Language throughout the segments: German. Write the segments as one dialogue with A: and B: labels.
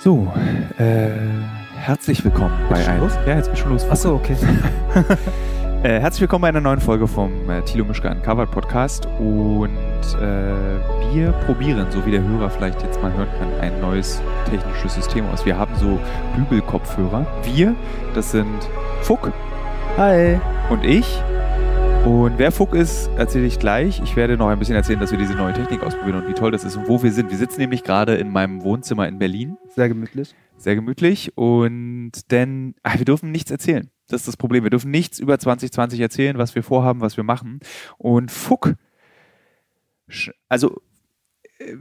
A: So, äh, herzlich willkommen bei einem. Ja, jetzt bin ich schon los.
B: Achso, okay.
A: Äh, herzlich willkommen bei einer neuen Folge vom äh, Thilo Mischke Uncovered Podcast. Und äh, wir probieren, so wie der Hörer vielleicht jetzt mal hören kann, ein neues technisches System aus. Wir haben so Bügelkopfhörer. Wir, das sind Fuck
B: Hi.
A: und ich. Und wer Fuck ist, erzähle ich gleich. Ich werde noch ein bisschen erzählen, dass wir diese neue Technik ausprobieren und wie toll das ist und wo wir sind. Wir sitzen nämlich gerade in meinem Wohnzimmer in Berlin.
B: Sehr gemütlich.
A: Sehr gemütlich. Und denn ah, wir dürfen nichts erzählen. Das ist das Problem. Wir dürfen nichts über 2020 erzählen, was wir vorhaben, was wir machen. Und Fuck, sch- also äh,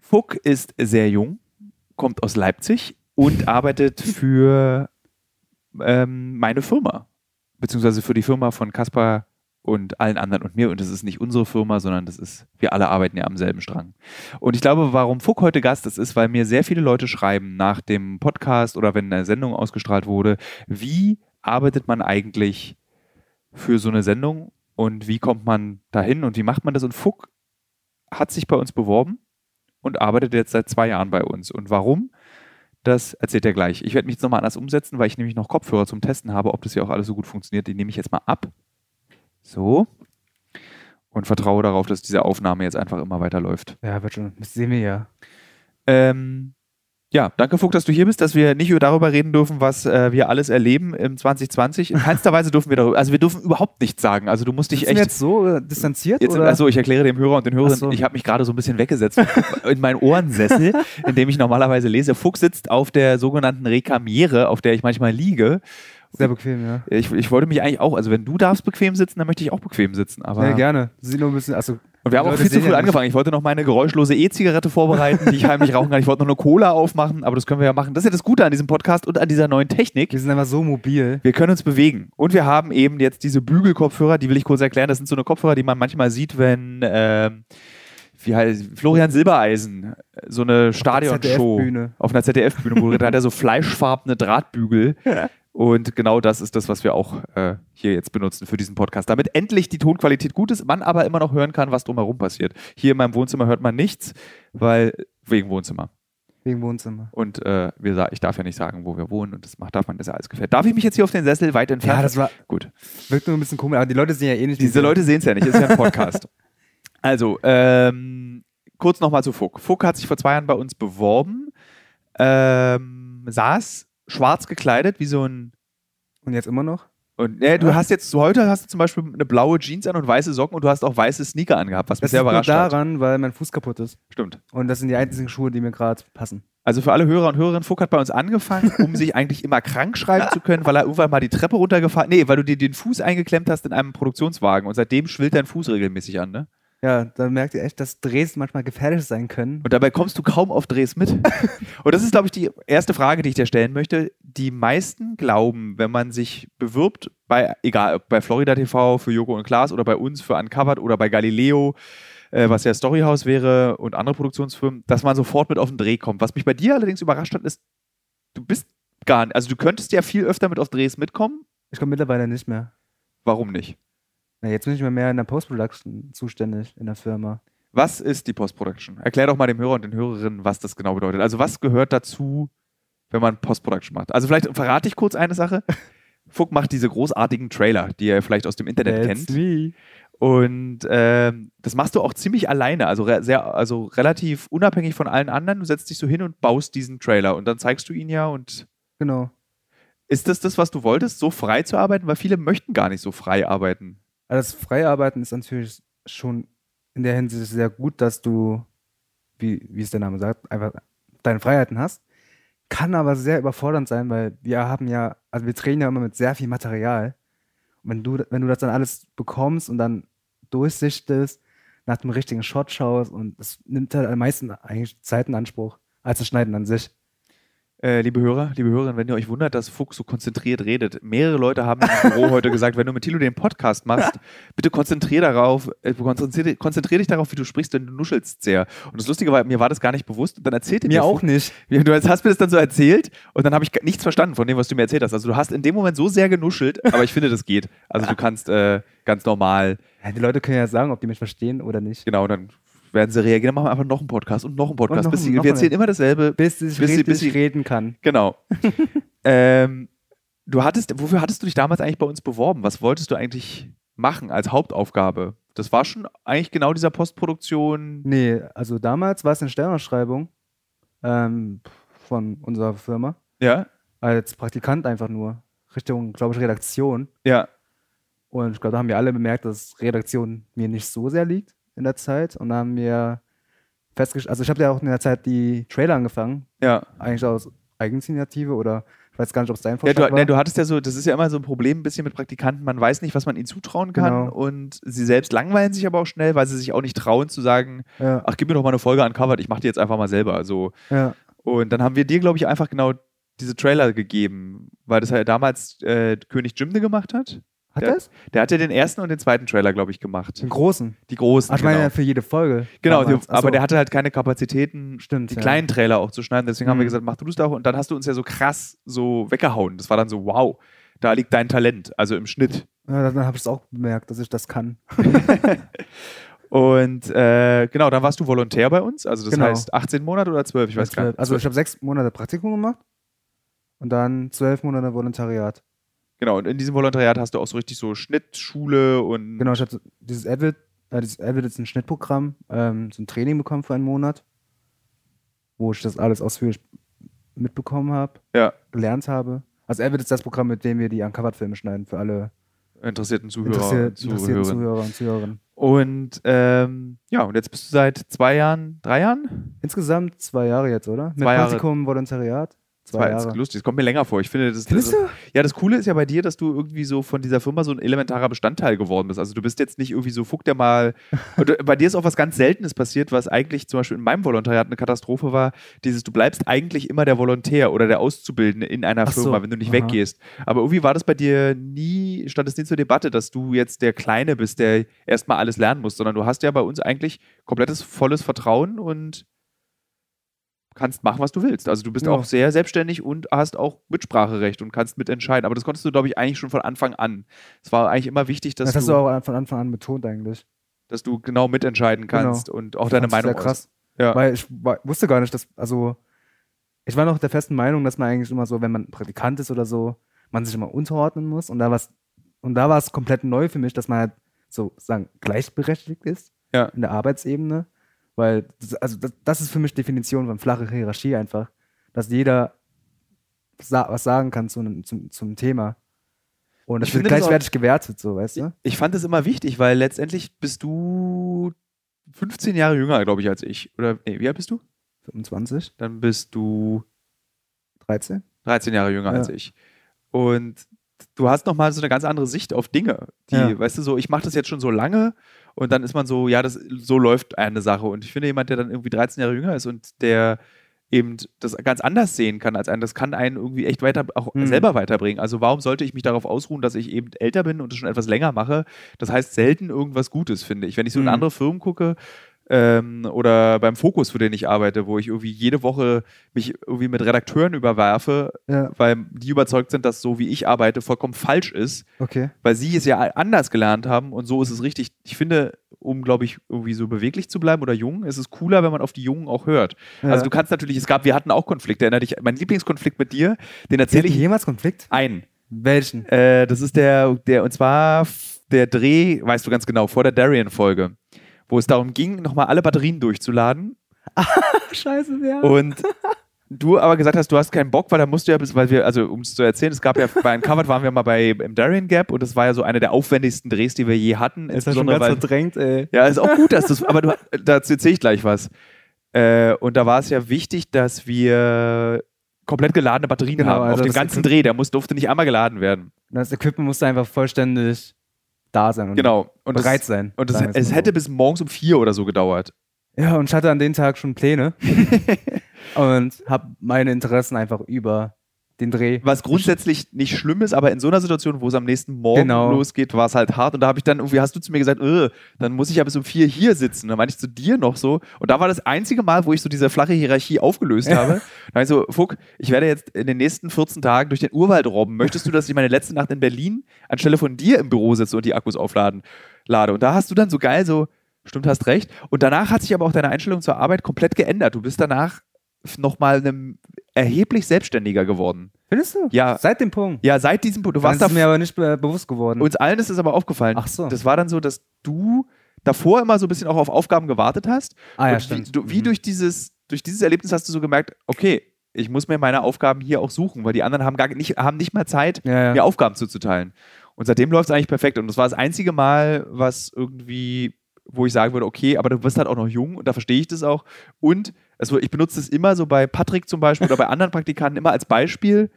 A: Fuck ist sehr jung, kommt aus Leipzig und arbeitet für ähm, meine Firma, beziehungsweise für die Firma von Kaspar und allen anderen und mir. Und das ist nicht unsere Firma, sondern das ist, wir alle arbeiten ja am selben Strang. Und ich glaube, warum Fuck heute Gast ist, ist, weil mir sehr viele Leute schreiben nach dem Podcast oder wenn eine Sendung ausgestrahlt wurde, wie arbeitet man eigentlich für so eine Sendung und wie kommt man dahin und wie macht man das? Und Fuck hat sich bei uns beworben und arbeitet jetzt seit zwei Jahren bei uns. Und warum? Das erzählt er gleich. Ich werde mich jetzt nochmal anders umsetzen, weil ich nämlich noch Kopfhörer zum Testen habe, ob das hier auch alles so gut funktioniert. Die nehme ich jetzt mal ab. So. Und vertraue darauf, dass diese Aufnahme jetzt einfach immer weiterläuft.
B: Ja, wird schon. Das sehen wir ja.
A: Ähm, ja, danke, Vogt, dass du hier bist, dass wir nicht nur darüber reden dürfen, was äh, wir alles erleben im 2020. In keinster Weise dürfen wir darüber, also wir dürfen überhaupt nichts sagen. Also du musst dich
B: Sind
A: echt.
B: wir jetzt so äh, distanziert?
A: Jetzt,
B: oder?
A: also ich erkläre dem Hörer und den Hörern,
B: Ach so.
A: ich habe mich gerade so ein bisschen weggesetzt in meinen Ohrensessel, in dem ich normalerweise lese. Fuchs sitzt auf der sogenannten Rekamiere, auf der ich manchmal liege.
B: Sehr bequem, ja.
A: Ich, ich wollte mich eigentlich auch, also wenn du darfst bequem sitzen, dann möchte ich auch bequem sitzen. Aber
B: Ja, gerne. Sieht nur ein bisschen. Also,
A: und wir haben
B: die
A: auch
B: Leute
A: viel zu
B: sehen
A: früh
B: ja nicht.
A: angefangen. Ich wollte noch meine geräuschlose E-Zigarette vorbereiten, die ich heimlich rauchen kann. Ich wollte noch eine Cola aufmachen, aber das können wir ja machen. Das ist ja das Gute an diesem Podcast und an dieser neuen Technik.
B: Wir sind einfach so mobil.
A: Wir können uns bewegen. Und wir haben eben jetzt diese Bügelkopfhörer, die will ich kurz erklären. Das sind so eine Kopfhörer, die man manchmal sieht, wenn ähm, wie heißt, Florian Silbereisen so eine Stadionshow
B: ZDF-Bühne.
A: auf einer ZDF-Bühne moderiert. Da hat er so fleischfarbene Drahtbügel. Und genau das ist das, was wir auch äh, hier jetzt benutzen für diesen Podcast. Damit endlich die Tonqualität gut ist, man aber immer noch hören kann, was drumherum passiert. Hier in meinem Wohnzimmer hört man nichts, weil wegen Wohnzimmer.
B: Wegen Wohnzimmer.
A: Und äh, wir, sa- ich darf ja nicht sagen, wo wir wohnen und das macht, darf man, ist ja alles gefällt. Darf ich mich jetzt hier auf den Sessel weit entfernen?
B: Ja, das war.
A: gut.
B: Wirkt nur ein bisschen komisch. Aber die Leute sehen ja eh nicht.
A: Diese Leute sehen es ja nicht, ist ja ein Podcast. also, ähm, kurz nochmal zu Fuck. Fuck hat sich vor zwei Jahren bei uns beworben, ähm, saß schwarz gekleidet wie so ein
B: Und jetzt immer noch?
A: und nee, du hast jetzt heute hast du zum Beispiel eine blaue Jeans an und weiße Socken und du hast auch weiße Sneaker angehabt, was mich
B: Das
A: sehr
B: liegt nur
A: überrascht hat.
B: daran, weil mein Fuß kaputt ist.
A: Stimmt.
B: Und das sind die einzigen Schuhe, die mir gerade passen.
A: Also für alle Hörer und Hörerinnen, Fuck hat bei uns angefangen, um sich eigentlich immer krank schreiben zu können, weil er irgendwann mal die Treppe runtergefahren, nee, weil du dir den Fuß eingeklemmt hast in einem Produktionswagen und seitdem schwillt dein Fuß regelmäßig an, ne?
B: Ja, da merkt ihr echt, dass Drehs manchmal gefährlich sein können.
A: Und dabei kommst du kaum auf Drehs mit. Und das ist, glaube ich, die erste Frage, die ich dir stellen möchte. Die meisten glauben, wenn man sich bewirbt, bei, egal ob bei Florida TV für Joko und Klaas oder bei uns für Uncovered oder bei Galileo, äh, was ja Storyhouse wäre und andere Produktionsfirmen, dass man sofort mit auf den Dreh kommt. Was mich bei dir allerdings überrascht hat, ist, du bist gar nicht, also du könntest ja viel öfter mit auf Drehs mitkommen.
B: Ich komme mittlerweile nicht mehr.
A: Warum nicht?
B: Na, jetzt bin ich mal mehr in der Post-Production zuständig in der Firma.
A: Was ist die Postproduction? Erklär doch mal dem Hörer und den Hörerinnen, was das genau bedeutet. Also, was gehört dazu, wenn man Postproduction macht? Also, vielleicht verrate ich kurz eine Sache. Fuck macht diese großartigen Trailer, die ihr vielleicht aus dem Internet
B: That's
A: kennt.
B: me.
A: Und ähm, das machst du auch ziemlich alleine, also, re sehr, also relativ unabhängig von allen anderen. Du setzt dich so hin und baust diesen Trailer und dann zeigst du ihn ja. Und
B: Genau.
A: ist das das, was du wolltest, so frei zu arbeiten? Weil viele möchten gar nicht so frei arbeiten.
B: Also das Freiarbeiten ist natürlich schon in der Hinsicht sehr gut, dass du, wie, wie es der Name sagt, einfach deine Freiheiten hast. Kann aber sehr überfordernd sein, weil wir haben ja, also wir drehen ja immer mit sehr viel Material. Und wenn du, wenn du das dann alles bekommst und dann durchsichtest, nach dem richtigen Shot schaust und das nimmt halt am meisten eigentlich Zeit in Anspruch, als das Schneiden an sich.
A: Äh, liebe Hörer, liebe Hörerinnen, wenn ihr euch wundert, dass Fuchs so konzentriert redet, mehrere Leute haben im Büro heute gesagt, wenn du mit Thilo den Podcast machst, bitte konzentrier darauf, äh, konzentrier, konzentrier dich darauf, wie du sprichst, denn du nuschelst sehr. Und das Lustige war, mir war das gar nicht bewusst. Und dann erzählte
B: Mir
A: dir
B: auch nicht.
A: ja, Du hast mir das dann so erzählt und dann habe ich g- nichts verstanden von dem, was du mir erzählt hast. Also du hast in dem Moment so sehr genuschelt, aber ich finde, das geht. Also du kannst äh, ganz normal,
B: Ja, die Leute können ja sagen, ob die mich verstehen oder nicht.
A: genau, dann werden sie reagieren, dann machen wir einfach noch einen Podcast und noch einen Podcast.
B: noch
A: bis
B: einen,
A: sie,
B: noch
A: wir erzählen
B: einen.
A: immer dasselbe.
B: Bis
A: Bis
B: ich,
A: sie-
B: richtig
A: bis sie-
B: reden kann.
A: Genau. ähm, du hattest, wofür hattest du dich damals eigentlich bei uns beworben? Was wolltest du eigentlich machen als Hauptaufgabe? Das war schon eigentlich genau dieser Postproduktion.
B: Nee, also damals war es eine Sternausschreibung ähm, von unserer Firma.
A: Ja,
B: Als Praktikant einfach nur. Richtung, glaube ich, Redaktion.
A: ja,
B: Und ich glaube, da haben wir alle bemerkt, dass Redaktion mir nicht so sehr liegt in der Zeit. Und da haben wir festgestellt, also ich habe ja auch in der Zeit die Trailer angefangen,
A: ja.
B: eigentlich aus Eigeninitiative oder ich weiß gar nicht, ob es dein
A: Ja,
B: Vorschlag
A: du,
B: war.
A: ne, du hattest ja so, das ist ja immer so ein Problem ein bisschen mit Praktikanten. Man weiß nicht, was man ihnen zutrauen kann
B: Genau.
A: und sie selbst langweilen sich aber auch schnell, weil sie sich auch nicht trauen zu sagen,
B: ja,
A: ach, gib mir doch mal eine Folge uncovered, ich mache die jetzt einfach mal selber. So.
B: ja,
A: Und dann haben wir dir, glaube ich, einfach genau diese Trailer gegeben, weil das ja damals äh, König Jimde gemacht hat.
B: hat
A: Ja.
B: er es?
A: Der hat ja den ersten und den zweiten Trailer, glaube ich, gemacht.
B: Den großen.
A: Die großen.
B: Ach, ich meine
A: genau,
B: ja für jede Folge.
A: genau die,
B: damals. Ach
A: aber
B: so.
A: der hatte halt keine Kapazitäten,
B: Stimmt,
A: die
B: ja.
A: kleinen Trailer auch zu schneiden. Deswegen haben wir
B: Mhm.
A: gesagt, mach du das doch. Und dann hast du uns ja so krass so weggehauen. Das war dann so, wow, da liegt dein Talent, also im Schnitt.
B: Ja, dann habe ich es auch bemerkt, dass ich das kann.
A: Und äh, genau, dann warst du Volontär bei uns. Also das
B: Genau.
A: heißt 18 Monate oder 12, ich weiß gar nicht.
B: Also ich habe sechs Monate Praktikum gemacht und dann zwölf Monate Volontariat.
A: Genau, und in diesem Volontariat hast du auch so richtig so Schnittschule und
B: Genau, ich habe dieses Avid, äh, dieses Avid ist ein Schnittprogramm, ähm, so ein Training bekommen für einen Monat, wo ich das alles ausführlich mitbekommen habe,
A: ja,
B: gelernt habe. Also Avid ist das Programm, mit dem wir die Uncovered-Filme schneiden für alle
A: interessierten Zuhörer
B: interessier
A: und
B: interessierten
A: Zuhörerinnen.
B: Zuhörer und Zuhörerinnen.
A: Und ähm, ja, und jetzt bist du seit zwei Jahren, drei Jahren?
B: Insgesamt zwei Jahre jetzt, oder? Mit
A: Zwei Jahre.
B: Praktikum, Volontariat, zwei,
A: Das
B: Jahre.
A: ist lustig, das kommt mir länger vor. Ich finde, das,
B: Findest
A: das, Ja, das Coole ist ja bei dir, dass du irgendwie so von dieser Firma so ein elementarer Bestandteil geworden bist. Also du bist jetzt nicht irgendwie so, fuck der mal. Und äh, bei dir ist auch was ganz Seltenes passiert, was eigentlich zum Beispiel in meinem Volontariat eine Katastrophe war. Dieses, du bleibst eigentlich immer der Volontär oder der Auszubildende in einer
B: Ach so,
A: Firma, wenn du nicht
B: aha.
A: weggehst. Aber irgendwie war das bei dir nie, stand es nie zur Debatte, dass du jetzt der Kleine bist, der erstmal alles lernen muss, sondern du hast ja bei uns eigentlich komplettes, volles Vertrauen und kannst machen, was du willst. Also du bist
B: Ja.
A: auch sehr selbstständig und hast auch Mitspracherecht und kannst mitentscheiden. Aber das konntest du, glaube ich, eigentlich schon von Anfang an. Es war eigentlich immer wichtig, dass,
B: Das hast
A: du,
B: du auch von Anfang an betont eigentlich.
A: dass du genau mitentscheiden kannst und auch deine
B: Fand ich
A: Meinung
B: Sehr krass.
A: Ja.
B: Weil ich wa- wusste gar nicht, dass, also, ich war noch der festen Meinung, dass man eigentlich immer so, wenn man Praktikant ist oder so, man sich immer unterordnen muss. Und da war es, und da war es komplett neu für mich, dass man halt so sagen, gleichberechtigt ist
A: Ja.
B: in der Arbeitsebene. Weil, das, also das, das ist für mich Definition von flache Hierarchie einfach, dass jeder sa was sagen kann zu einem, zum, zum Thema. Und das
A: Ich
B: wird
A: finde das auch-
B: gleichwertig gewertet, so, weißt du?
A: auseinandersetzt. Ich fand das immer wichtig, weil letztendlich bist du 15 Jahre jünger, glaube ich, als ich. Oder nee, wie alt bist du?
B: 25,
A: Dann bist du
B: 13?
A: 13 Jahre jünger
B: Ja.
A: als ich. Und du hast nochmal so eine ganz andere Sicht auf Dinge. Die,
B: Ja.
A: weißt du, so, ich mache das jetzt schon so lange und dann ist man so, ja, das so läuft eine Sache. Und ich finde, jemand, der dann irgendwie 13 Jahre jünger ist und der eben das ganz anders sehen kann als einen, das kann einen irgendwie echt weiter, auch
B: Mhm.
A: selber weiterbringen. Also warum sollte ich mich darauf ausruhen, dass ich eben älter bin und das schon etwas länger mache? Das heißt selten irgendwas Gutes, finde ich. Wenn ich so in
B: Mhm.
A: andere Firmen gucke, ähm, oder beim Fokus, für den ich arbeite, wo ich irgendwie jede Woche mich irgendwie mit Redakteuren überwerfe,
B: Ja,
A: weil die überzeugt sind, dass so wie ich arbeite vollkommen falsch ist,
B: okay.
A: weil sie es ja anders gelernt haben und so ist es richtig. Ich finde, um, glaube ich, irgendwie so beweglich zu bleiben oder jung, ist es cooler, wenn man auf die Jungen auch hört.
B: Ja.
A: Also du kannst natürlich, es gab, wir hatten auch Konflikte, erinnere dich, mein Lieblingskonflikt mit dir, den erzähle
B: Zähle ich
A: ich
B: jemals Konflikt?
A: ein.
B: Welchen?
A: Äh, das ist der, der, und zwar f- der Dreh, weißt du ganz genau, vor der Darien-Folge, wo es darum ging, nochmal alle Batterien durchzuladen
B: Scheiße, ja.
A: Und du aber gesagt hast, du hast keinen Bock, weil da musst du ja, bis- weil wir, also um es zu erzählen, es gab ja bei Uncovered waren wir mal bei im Darien Gap und das war ja so einer der aufwendigsten Drehs, die wir je hatten.
B: Ist das schon ganz verdrängt, ey.
A: ja, ist auch gut, dass das, aber du, dazu erzähle ich gleich was. Äh, und da war es ja wichtig, dass wir komplett geladene Batterien
B: Genau,
A: haben auf
B: also
A: dem
B: das-
A: ganzen Dreh. Der muss, durfte nicht einmal geladen werden.
B: Das Equipment musste einfach vollständig da sein und
A: Genau. Und das-
B: bereit sein.
A: Und das,
B: sagen wir
A: es
B: mal
A: hätte bis morgens um vier oder so gedauert.
B: So. Ja, und ich hatte an dem Tag schon Pläne und habe meine Interessen einfach über den Dreh.
A: Was grundsätzlich nicht schlimm ist, aber in so einer Situation, wo es am nächsten Morgen
B: Genau.
A: losgeht, war es halt hart. Und da habe ich dann irgendwie, hast du zu mir gesagt, äh, dann muss ich ja bis um vier hier sitzen. Dann meinte ich zu dir noch so. Und da war das einzige Mal, wo ich so diese flache Hierarchie aufgelöst habe. Da war ich so, Fuck, ich werde jetzt in den nächsten 14 Tagen durch den Urwald robben. Möchtest du, dass ich meine letzte Nacht in Berlin anstelle von dir im Büro sitze und die Akkus aufladen lade? Und da hast du dann so geil so, Stimmt, hast recht. Und danach hat sich aber auch deine Einstellung zur Arbeit komplett geändert. Du bist danach nochmal erheblich selbstständiger geworden.
B: Findest du?
A: Ja.
B: Seit dem Punkt.
A: Ja, seit diesem Punkt. Du
B: Das
A: warst
B: ist
A: da
B: mir aber nicht äh, bewusst geworden.
A: Uns allen ist es aber aufgefallen.
B: Ach so.
A: Das war dann so, dass du davor immer so ein bisschen auch auf Aufgaben gewartet hast.
B: ah
A: und wie, du, wie durch, dieses, durch dieses Erlebnis hast du so gemerkt, okay, ich muss mir meine Aufgaben hier auch suchen, weil die anderen haben, gar nicht, haben nicht mal Zeit,
B: Ja,
A: mir
B: ja.
A: Aufgaben zuzuteilen. Und seitdem läuft es eigentlich perfekt. Und das war das einzige Mal, was irgendwie, wo ich sagen würde, okay, aber du bist halt auch noch jung und da verstehe ich das auch. Und es, wird- ich benutze es immer so bei Patrick zum Beispiel oder bei anderen Praktikanten immer als Beispiel,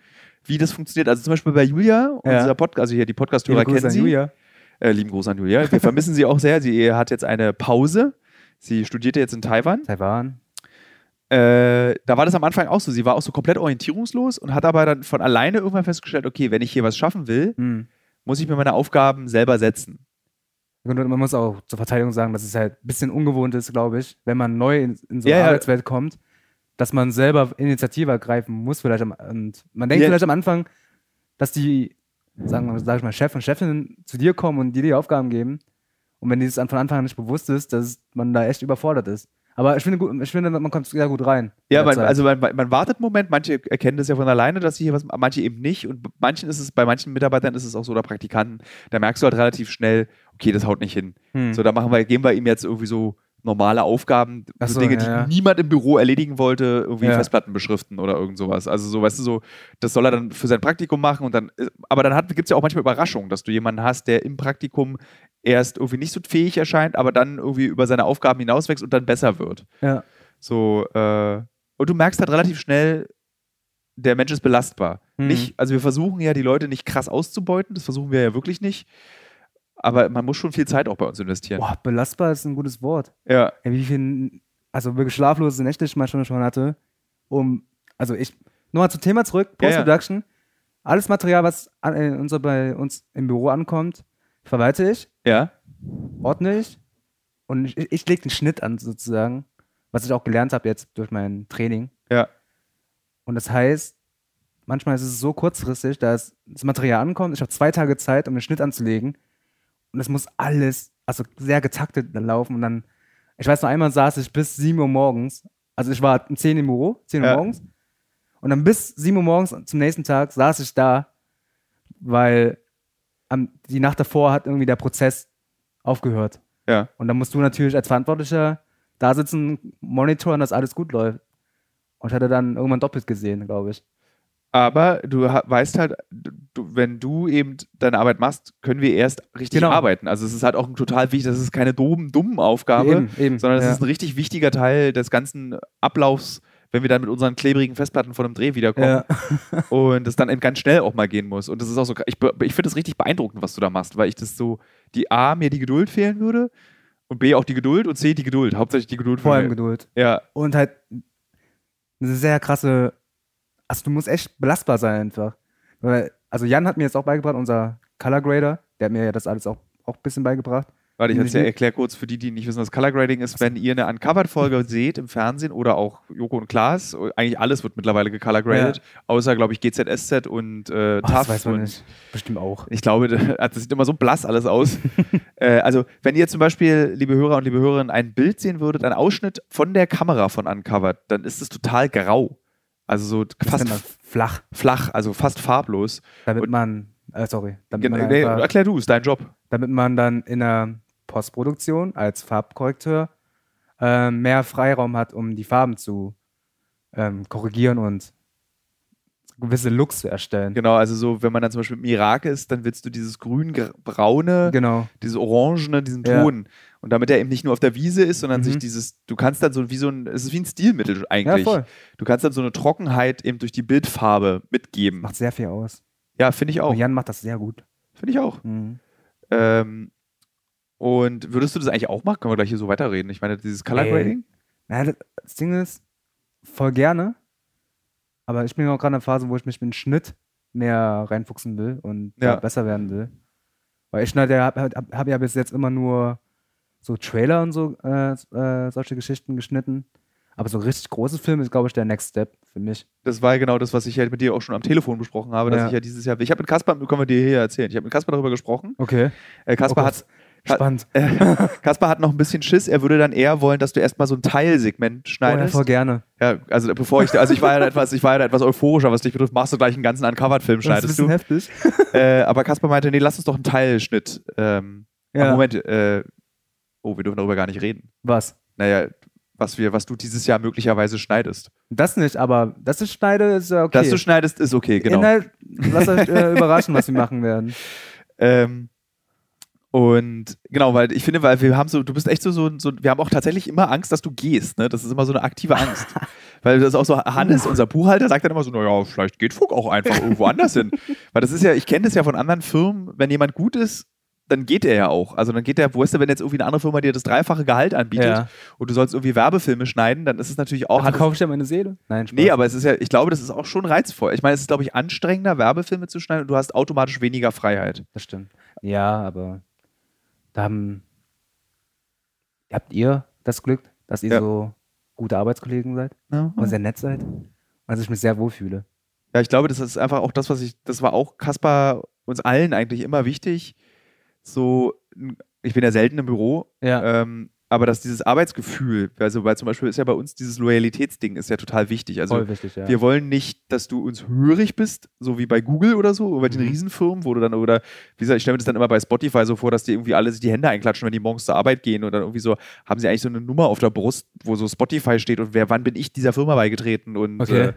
A: wie das funktioniert. Also zum Beispiel bei Julia, und
B: Ja.
A: dieser Podcast, also hier die Podcast-Hörer
B: Liebe Grüße
A: kennen
B: an
A: sie.
B: Julia.
A: Äh, lieben Gruß an Julia. Wir vermissen sie auch sehr. Sie hat jetzt eine Pause. Sie studierte jetzt in Taiwan.
B: Taiwan.
A: Äh, da war das am Anfang auch so. Sie war auch so komplett orientierungslos und hat aber dann von alleine irgendwann festgestellt, okay, wenn ich hier was schaffen will,
B: Mhm.
A: muss ich mir meine Aufgaben selber setzen.
B: Und man muss auch zur Verteidigung sagen, dass es halt ein bisschen ungewohnt ist, glaube ich, wenn man neu in, in so eine
A: Ja, ja.
B: Arbeitswelt kommt, dass man selber Initiative ergreifen muss vielleicht. Am, und man denkt
A: Ja.
B: vielleicht am Anfang, dass die, sagen wir, sag ich mal, Chef und Chefin zu dir kommen und dir die Aufgaben geben. Und wenn dir das an- von Anfang an nicht bewusst ist, dass man da echt überfordert ist. Aber ich finde, gut, ich finde man kommt sehr gut rein.
A: Ja,
B: In der
A: man,
B: Zeit.
A: also man, man wartet einen Moment, manche erkennen das ja von alleine, dass sie hier was, manche eben nicht. Und manchen ist es, bei manchen Mitarbeitern ist es auch so oder Praktikanten, da merkst du halt relativ schnell, okay, das haut nicht hin.
B: Hm.
A: So, da machen wir, geben wir ihm jetzt irgendwie so normale Aufgaben,
B: Ach
A: so,
B: so,
A: Dinge,
B: ja, ja.
A: die niemand im Büro erledigen wollte, irgendwie
B: Ja.
A: Festplatten beschriften oder irgend sowas. Also so, weißt du, so, das soll er dann für sein Praktikum machen und dann, äh, aber dann gibt es ja auch manchmal Überraschungen, dass du jemanden hast, der im Praktikum erst irgendwie nicht so fähig erscheint, aber dann irgendwie über seine Aufgaben hinauswächst und dann besser wird.
B: ja.
A: So, äh, und du merkst halt relativ schnell, der Mensch ist belastbar.
B: Mhm.
A: Nicht, also wir versuchen ja, die Leute nicht krass auszubeuten, das versuchen wir ja wirklich nicht. Aber man muss schon viel Zeit auch bei uns investieren.
B: Boah, belastbar ist ein gutes Wort.
A: Ja.
B: Ey, wie viel, also wirklich schlaflose Nächte ich manchmal schon hatte, um, also ich, nochmal zum Thema zurück,
A: Ja, ja.
B: Post-Production, alles Material, was an, äh, unser, bei uns im Büro ankommt, verwalte ich,
A: Ja,
B: ordne ich und ich, ich lege den Schnitt an sozusagen, was ich auch gelernt habe jetzt durch mein Training.
A: ja,
B: Und das heißt, manchmal ist es so kurzfristig, dass das Material ankommt, ich habe zwei Tage Zeit, um den Schnitt anzulegen und es muss alles, also sehr getaktet laufen und dann, ich weiß noch einmal saß ich bis 7 Uhr morgens, also ich war um 10 im Büro, 10 Uhr
A: Ja.
B: morgens und dann bis 7 Uhr morgens zum nächsten Tag saß ich da, weil am, die Nacht davor hat irgendwie der Prozess aufgehört.
A: ja.
B: Und dann musst du natürlich als Verantwortlicher da sitzen, monitoren, dass alles gut läuft. Und ich hatte dann irgendwann doppelt gesehen, glaube ich.
A: Aber du ha- weißt halt, du, wenn du eben deine Arbeit machst, können wir erst richtig
B: Genau.
A: arbeiten. Also es ist halt auch ein total wichtig, das ist keine dummen, dummen Aufgabe,
B: eben, eben.
A: sondern es
B: ja.
A: ist ein richtig wichtiger Teil des ganzen Ablaufs, wenn wir dann mit unseren klebrigen Festplatten von einem Dreh wiederkommen
B: ja.
A: und es dann eben ganz schnell auch mal gehen muss. Und das ist auch so, ich, be- ich finde das richtig beeindruckend, was du da machst, weil ich das so, die A, mir die Geduld fehlen würde und B, auch die Geduld und C, die Geduld, hauptsächlich die Geduld.
B: vor allem
A: Geduld.
B: Geduld.
A: Ja,
B: Und halt eine sehr krasse, also du musst echt belastbar sein einfach. Weil, also Jan hat mir jetzt auch beigebracht, unser Color Grader, der hat mir ja das alles auch, auch ein bisschen beigebracht.
A: Warte, ich
B: Mhm.
A: erkläre erklär kurz für die, die nicht wissen, was Color Grading ist. Wenn ihr eine Uncovered-Folge seht im Fernsehen oder auch Joko und Klaas, eigentlich alles wird mittlerweile gecolorgraded, außer, glaube ich, GZSZ und äh,
B: Ach, Oh, das
A: TAF
B: weiß
A: und
B: man nicht. Bestimmt auch.
A: ich glaube, das sieht immer so blass alles aus. äh, also, wenn ihr zum Beispiel, liebe Hörer und liebe Hörerinnen, ein Bild sehen würdet, einen Ausschnitt von der Kamera von Uncovered, dann ist es total grau. Also so
B: Fast
A: fast
B: man flach,
A: flach, also fast farblos.
B: damit
A: Und-
B: man, äh, sorry, damit
A: Genau,
B: man
A: nee,
B: einfach- Mhm.
A: erklär du, ist dein Job.
B: damit man dann in der Postproduktion als Farbkorrekteur äh, mehr Freiraum hat, um die Farben zu ähm, korrigieren und gewisse Looks zu erstellen.
A: Genau, also so, wenn man dann zum Beispiel im Irak ist, dann willst du dieses grün-braune,
B: Genau.
A: dieses Orangene, diesen
B: Ja.
A: Ton. Und damit er eben nicht nur auf der Wiese ist, sondern
B: Mhm.
A: sich dieses, du kannst dann so wie so ein, es ist wie ein Stilmittel
B: Ja,
A: eigentlich.
B: voll.
A: du kannst dann so eine Trockenheit eben durch die Bildfarbe mitgeben.
B: Macht sehr viel aus.
A: Ja, finde ich auch.
B: Und Jan macht das sehr gut.
A: Finde ich auch.
B: Mhm.
A: Ähm, und würdest du das eigentlich auch machen? Können wir gleich hier so weiterreden? Ich meine, dieses Color
B: Ey.
A: Grading?
B: Naja, das Ding ist, voll gerne. Aber ich bin auch gerade in einer Phase, wo ich mich mit dem Schnitt mehr reinfuchsen will und
A: Ja.
B: da besser werden will. Weil ich schneide, ja- hab, hab, hab ja bis jetzt immer nur so Trailer und so, äh, äh, solche Geschichten geschnitten. Aber so richtig große Filme ist, glaube ich, der Next Step für mich.
A: Das war ja genau das, was ich ja mit dir auch schon am Telefon besprochen habe, dass
B: Ja.
A: ich ja dieses Jahr. Ich habe mit Kasper, können wir dir hier erzählen, ich habe mit Kasper darüber gesprochen.
B: Okay.
A: Äh, Kasper
B: Oh
A: hat.
B: Spannend.
A: Äh, Kaspar hat noch ein bisschen Schiss. Er würde dann eher wollen, dass du erstmal so ein Teilsegment
B: Oh, ja,
A: schneidest.
B: voll gerne.
A: ja, also bevor ich, also ich war ja da etwas, ich war ja da etwas euphorischer, was dich betrifft. Machst du gleich einen ganzen Uncovered-Film,
B: Das ist
A: schneidest
B: ein bisschen
A: du.
B: heftig.
A: Äh, aber Kaspar meinte, nee, lass uns doch einen Teilschnitt. Ähm,
B: Ja.
A: ah, Moment, äh, oh, wir dürfen darüber gar nicht reden.
B: Was?
A: Naja, was wir, was du dieses Jahr möglicherweise schneidest.
B: Das nicht, aber dass ich schneide, ist ja okay.
A: Dass du schneidest, ist okay, genau.
B: Inhalt, lasst euch äh, überraschen, was wir machen werden.
A: Ähm, und genau, weil ich finde, weil wir haben so, du bist echt so, so, so, wir haben auch tatsächlich immer Angst, dass du gehst, ne? Das ist immer so eine aktive Angst. weil das auch so, Hannes, unser Buchhalter, sagt dann immer so, naja, vielleicht geht Fug auch einfach irgendwo anders hin. Weil das ist ja, ich kenne das ja von anderen Firmen, wenn jemand gut ist, dann geht er ja auch. Also dann geht er, wo ist denn, wenn jetzt irgendwie eine andere Firma dir das dreifache Gehalt anbietet
B: Ja.
A: und du sollst irgendwie Werbefilme schneiden, dann ist es natürlich auch. Hannes-
B: Verkaufe ich ja meine Seele? Nein, Spaß.
A: Nee, aber es ist ja, ich glaube, das ist auch schon reizvoll. Ich meine, es ist, glaube ich, anstrengender, Werbefilme zu schneiden und du hast automatisch weniger Freiheit.
B: Das stimmt. Ja, aber da haben, habt ihr das Glück, dass ihr
A: Ja. Mhm.
B: so gute Arbeitskollegen seid und sehr nett seid und dass ich mich sehr wohlfühle.
A: Ne? Ja, ich glaube, das ist einfach auch das, was ich, das war auch Kaspar uns allen eigentlich immer wichtig. So, ich bin ja selten im Büro,
B: Ja.
A: ähm, aber dass dieses Arbeitsgefühl, also weil zum Beispiel ist ja bei uns dieses Loyalitätsding ist ja total wichtig. Also
B: Voll wichtig, ja.
A: wir wollen nicht, dass du uns hörig bist, so wie bei Google oder so, oder bei den
B: Mhm.
A: Riesenfirmen, wo du dann, oder wie gesagt, ich stelle mir das dann immer bei Spotify so vor, dass die irgendwie alle sich die Hände einklatschen, wenn die morgens zur Arbeit gehen und dann irgendwie so, haben sie eigentlich so eine Nummer auf der Brust, wo so Spotify steht und wer, wann bin ich dieser Firma beigetreten und
B: Okay.
A: äh,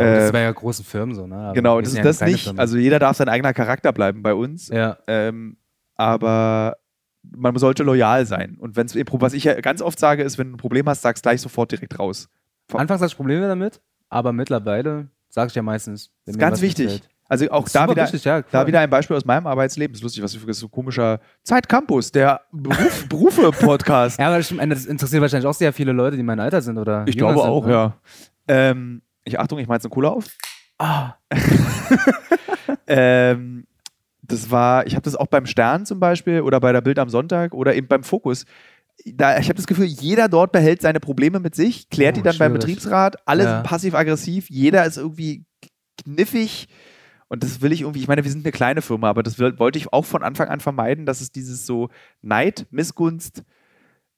B: Aber das
A: äh,
B: wäre ja großen Firmen so, ne? Aber
A: Genau,
B: wir
A: das
B: sind
A: ist
B: ja
A: das
B: kleine
A: nicht.
B: Firmen.
A: Also jeder darf sein eigener Charakter bleiben bei uns.
B: ja.
A: Ähm, aber man sollte loyal sein. Und wenn's, was ich ja ganz oft sage, ist, wenn du ein Problem hast, sag's gleich sofort direkt raus.
B: Anfangs hatte ich Probleme damit, aber mittlerweile sage ich ja meistens.
A: Das
B: wenn
A: ist
B: mir
A: ganz
B: was
A: wichtig.
B: gefällt.
A: Also auch
B: Das ist
A: da
B: super
A: wieder,
B: wichtig, ja,
A: da
B: voll.
A: wieder ein Beispiel aus meinem Arbeitsleben. Das ist lustig, was du so ein komischer Zeitcampus, der Beruf, Berufe-Podcast.
B: Ja, aber das, stimmt, das interessiert wahrscheinlich auch sehr viele Leute, die mein Alter sind oder.
A: ich
B: jünger
A: glaube
B: sind,
A: auch,
B: ne?
A: ja. Ähm, ich Achtung, ich mache jetzt einen Cola auf.
B: Ah,
A: Ähm, das war, ich habe das auch beim Stern zum Beispiel oder bei der Bild am Sonntag oder eben beim Fokus. Da, ich habe das Gefühl, jeder dort behält seine Probleme mit sich, klärt
B: Oh,
A: die dann beim
B: schwierig.
A: Betriebsrat, alle
B: Ja.
A: sind passiv-aggressiv, jeder ist irgendwie kniffig. Und das will ich irgendwie, ich meine, wir sind eine kleine Firma, aber das will- wollte ich auch von Anfang an vermeiden, dass es dieses so Neid, Missgunst,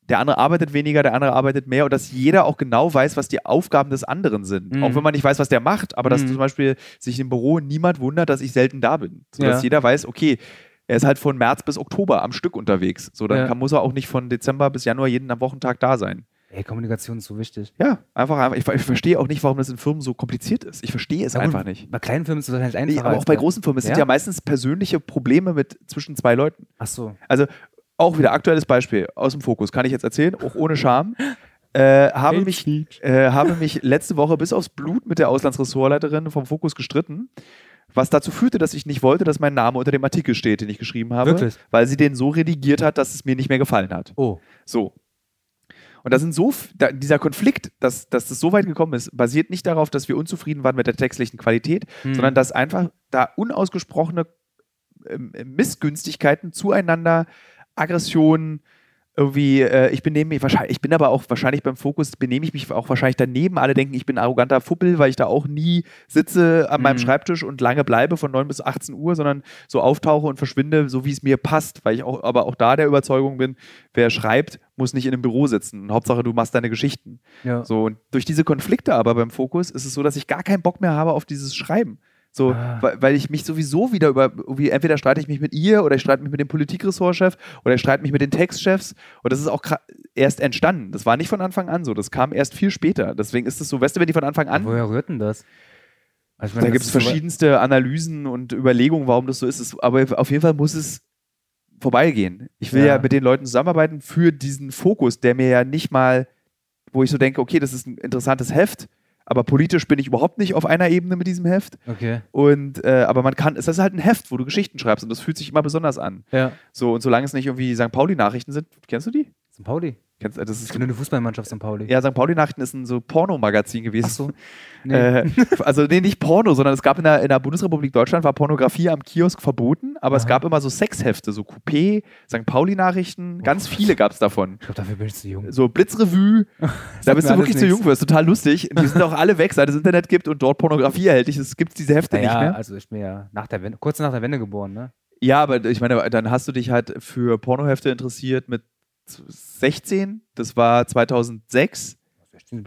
A: der andere arbeitet weniger, der andere arbeitet mehr und dass jeder auch genau weiß, was die Aufgaben des anderen sind.
B: Mhm.
A: Auch wenn man nicht weiß, was der macht, aber dass
B: Mhm.
A: zum Beispiel sich im Büro niemand wundert, dass ich selten da bin. Sodass
B: Ja.
A: jeder weiß, okay, er ist halt von März bis Oktober am Stück unterwegs. So, dann
B: Ja.
A: kann, muss er auch nicht von Dezember bis Januar jeden am Wochentag da sein.
B: ey, Kommunikation ist so wichtig.
A: Ja, einfach, einfach ich, ver- ich verstehe auch nicht, warum das in Firmen so kompliziert ist. Ich verstehe es
B: Ja, gut,
A: einfach nicht.
B: Bei kleinen Firmen ist es wahrscheinlich einfacher.
A: Nee, aber
B: als
A: auch bei großen Firmen. Es sind
B: Ja?
A: ja meistens persönliche Probleme mit zwischen zwei Leuten.
B: Ach so.
A: Also auch wieder aktuelles Beispiel aus dem Fokus, kann ich jetzt erzählen, auch ohne Scham. Äh, habe, mich, äh, habe mich letzte Woche bis aufs Blut mit der Auslandsressortleiterin vom Fokus gestritten, was dazu führte, dass ich nicht wollte, dass mein Name unter dem Artikel steht, den ich geschrieben habe,
B: Wirklich?
A: weil sie den so redigiert hat, dass es mir nicht mehr gefallen hat.
B: Oh.
A: So. Und da sind so, f- da, dieser Konflikt, dass, dass das so weit gekommen ist, basiert nicht darauf, dass wir unzufrieden waren mit der textlichen Qualität,
B: Hm.
A: sondern dass einfach da unausgesprochene ähm, Missgünstigkeiten zueinander, Aggressionen, irgendwie, äh, ich benehme mich wahrscheinlich, ich bin aber auch wahrscheinlich beim Fokus, benehme ich mich auch wahrscheinlich daneben. Alle denken, ich bin ein arroganter Fuppel, weil ich da auch nie sitze an meinem
B: Mhm.
A: Schreibtisch und lange bleibe von 9 bis 18 Uhr, sondern so auftauche und verschwinde, so wie es mir passt, weil ich auch, aber auch da der Überzeugung bin, wer schreibt, muss nicht in einem Büro sitzen. Und Hauptsache, du machst deine Geschichten.
B: Ja.
A: So, und durch diese Konflikte aber beim Fokus ist es so, dass ich gar keinen Bock mehr habe auf dieses Schreiben. So,
B: Ah.
A: weil, weil ich mich sowieso wieder über, irgendwie, entweder streite ich mich mit ihr oder ich streite mich mit dem Politikressortchef oder ich streite mich mit den Textchefs. Und das ist auch gra- erst entstanden. Das war nicht von Anfang an so. Das kam erst viel später. Deswegen ist es so, weißt du, wenn die von Anfang an.
B: Woher rührt denn das? Also ich meine,
A: Da
B: das
A: gibt es
B: ist so-
A: verschiedenste Analysen und Überlegungen, warum das so ist. Es- Aber auf jeden Fall muss es vorbeigehen. Ich will ja.
B: Ja.
A: mit den Leuten zusammenarbeiten für diesen Fokus, der mir ja nicht mal, wo ich so denke, okay, das ist ein interessantes Heft, aber politisch bin ich überhaupt nicht auf einer Ebene mit diesem Heft.
B: Okay.
A: Und äh, aber man kann, es ist halt ein Heft, wo du Geschichten schreibst und das fühlt sich immer besonders an.
B: Ja.
A: So und solange es nicht irgendwie St. Pauli-Nachrichten sind, kennst du die?
B: St. Pauli.
A: Kennst, äh, das
B: Ich
A: ist
B: kenne nur die Fußballmannschaft St. Pauli.
A: ja, St. Pauli-Nachrichten ist ein so Pornomagazin gewesen.
B: Ach so. Nee.
A: Äh, also nee, nicht Porno, sondern es gab in der, in der Bundesrepublik Deutschland war Pornografie am Kiosk verboten, aber es
B: Aha.
A: gab immer so Sexhefte, so Coupé, St.
B: Oh
A: Pauli-Nachrichten, ganz viele gab es davon.
B: ich glaube, dafür bin ich zu jung.
A: So Blitzrevue, da
B: sagt
A: bist
B: mir
A: du
B: alles
A: wirklich zu
B: nichts.
A: jung für, ist total lustig. Die sind auch alle weg, seit es Internet gibt und dort Pornografie erhältlich ist, gibt es diese Hefte
B: Naja,
A: nicht mehr.
B: also ich bin ja nach der Wende, kurz nach der Wende geboren, ne?
A: Ja, aber ich meine, dann hast du dich halt für Pornohefte interessiert mit 16, das war 2006,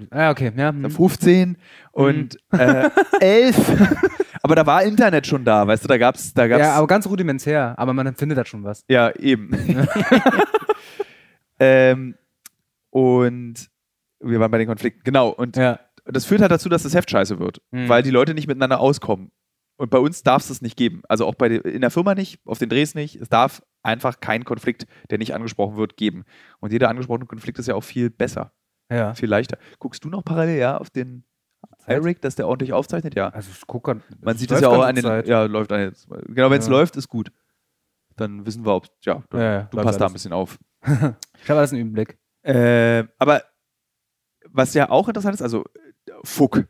B: Ah, okay, ja. hm.
A: 15 und
B: Mhm.
A: äh, 11. aber da war Internet schon da, weißt du, da gab's, da gab's
B: Ja, aber ganz rudimentär, aber man findet da schon was.
A: Ja, eben. ähm, und wir waren bei den Konflikten, genau. Und
B: Ja.
A: das führt halt dazu, dass das Heft scheiße wird,
B: Mhm.
A: weil die Leute nicht miteinander auskommen. Und bei uns darf es das nicht geben. Also auch bei de- in der Firma nicht, auf den Drehs nicht. Es darf einfach keinen Konflikt, der nicht angesprochen wird, geben. Und jeder angesprochene Konflikt ist ja auch viel besser,
B: Ja.
A: viel leichter. Guckst du noch parallel ja auf den Eric, dass der ordentlich aufzeichnet? Ja.
B: Also ich gucke grad-
A: Man
B: es
A: sieht das
B: läuft
A: ja auch
B: ganze
A: an den.
B: Zeit.
A: Ja, läuft an den, Genau, wenn es
B: Ja.
A: läuft, ist gut. Dann wissen wir, ob. Ja,
B: Ja, ja,
A: du
B: läuft
A: passt da ein
B: alles. Ähm,
A: bisschen auf.
B: Ich habe alles im Überblick.
A: Äh, aber was ja auch interessant ist, also äh, Fuck.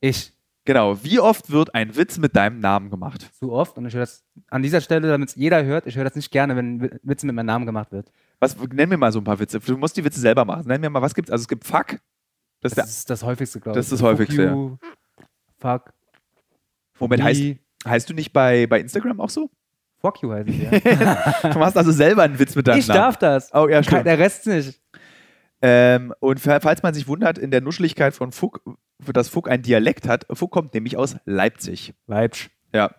B: Ich
A: Genau. Wie oft wird ein Witz mit deinem Namen gemacht?
B: zu oft und ich höre das an dieser Stelle, damit es jeder hört, ich höre das nicht gerne, wenn Wi- Witze mit meinem Namen gemacht wird.
A: Was, nenn mir mal so ein paar Witze. Du musst die Witze selber machen. Nenn mir mal, was gibt's? Also es gibt Fuck. Das
B: Das
A: ist der,
B: ist das häufigste, glaube ich.
A: Das ist das häufigste, ja.
B: Fuck. You, fuck.
A: Moment,
B: me.
A: heißt, heißt du nicht bei, bei Instagram auch so?
B: Fuck you heißt es, ja.
A: Du machst also selber einen Witz mit deinem
B: ich
A: Namen.
B: darf das.
A: Oh ja,
B: Kein,
A: stimmt.
B: der Rest nicht.
A: Ähm, und fa- falls man sich wundert, in der Nuscheligkeit von Fuck, dass Fuck einen Dialekt hat, Fuck kommt nämlich aus Leipzig.
B: Leipzig.
A: Ja,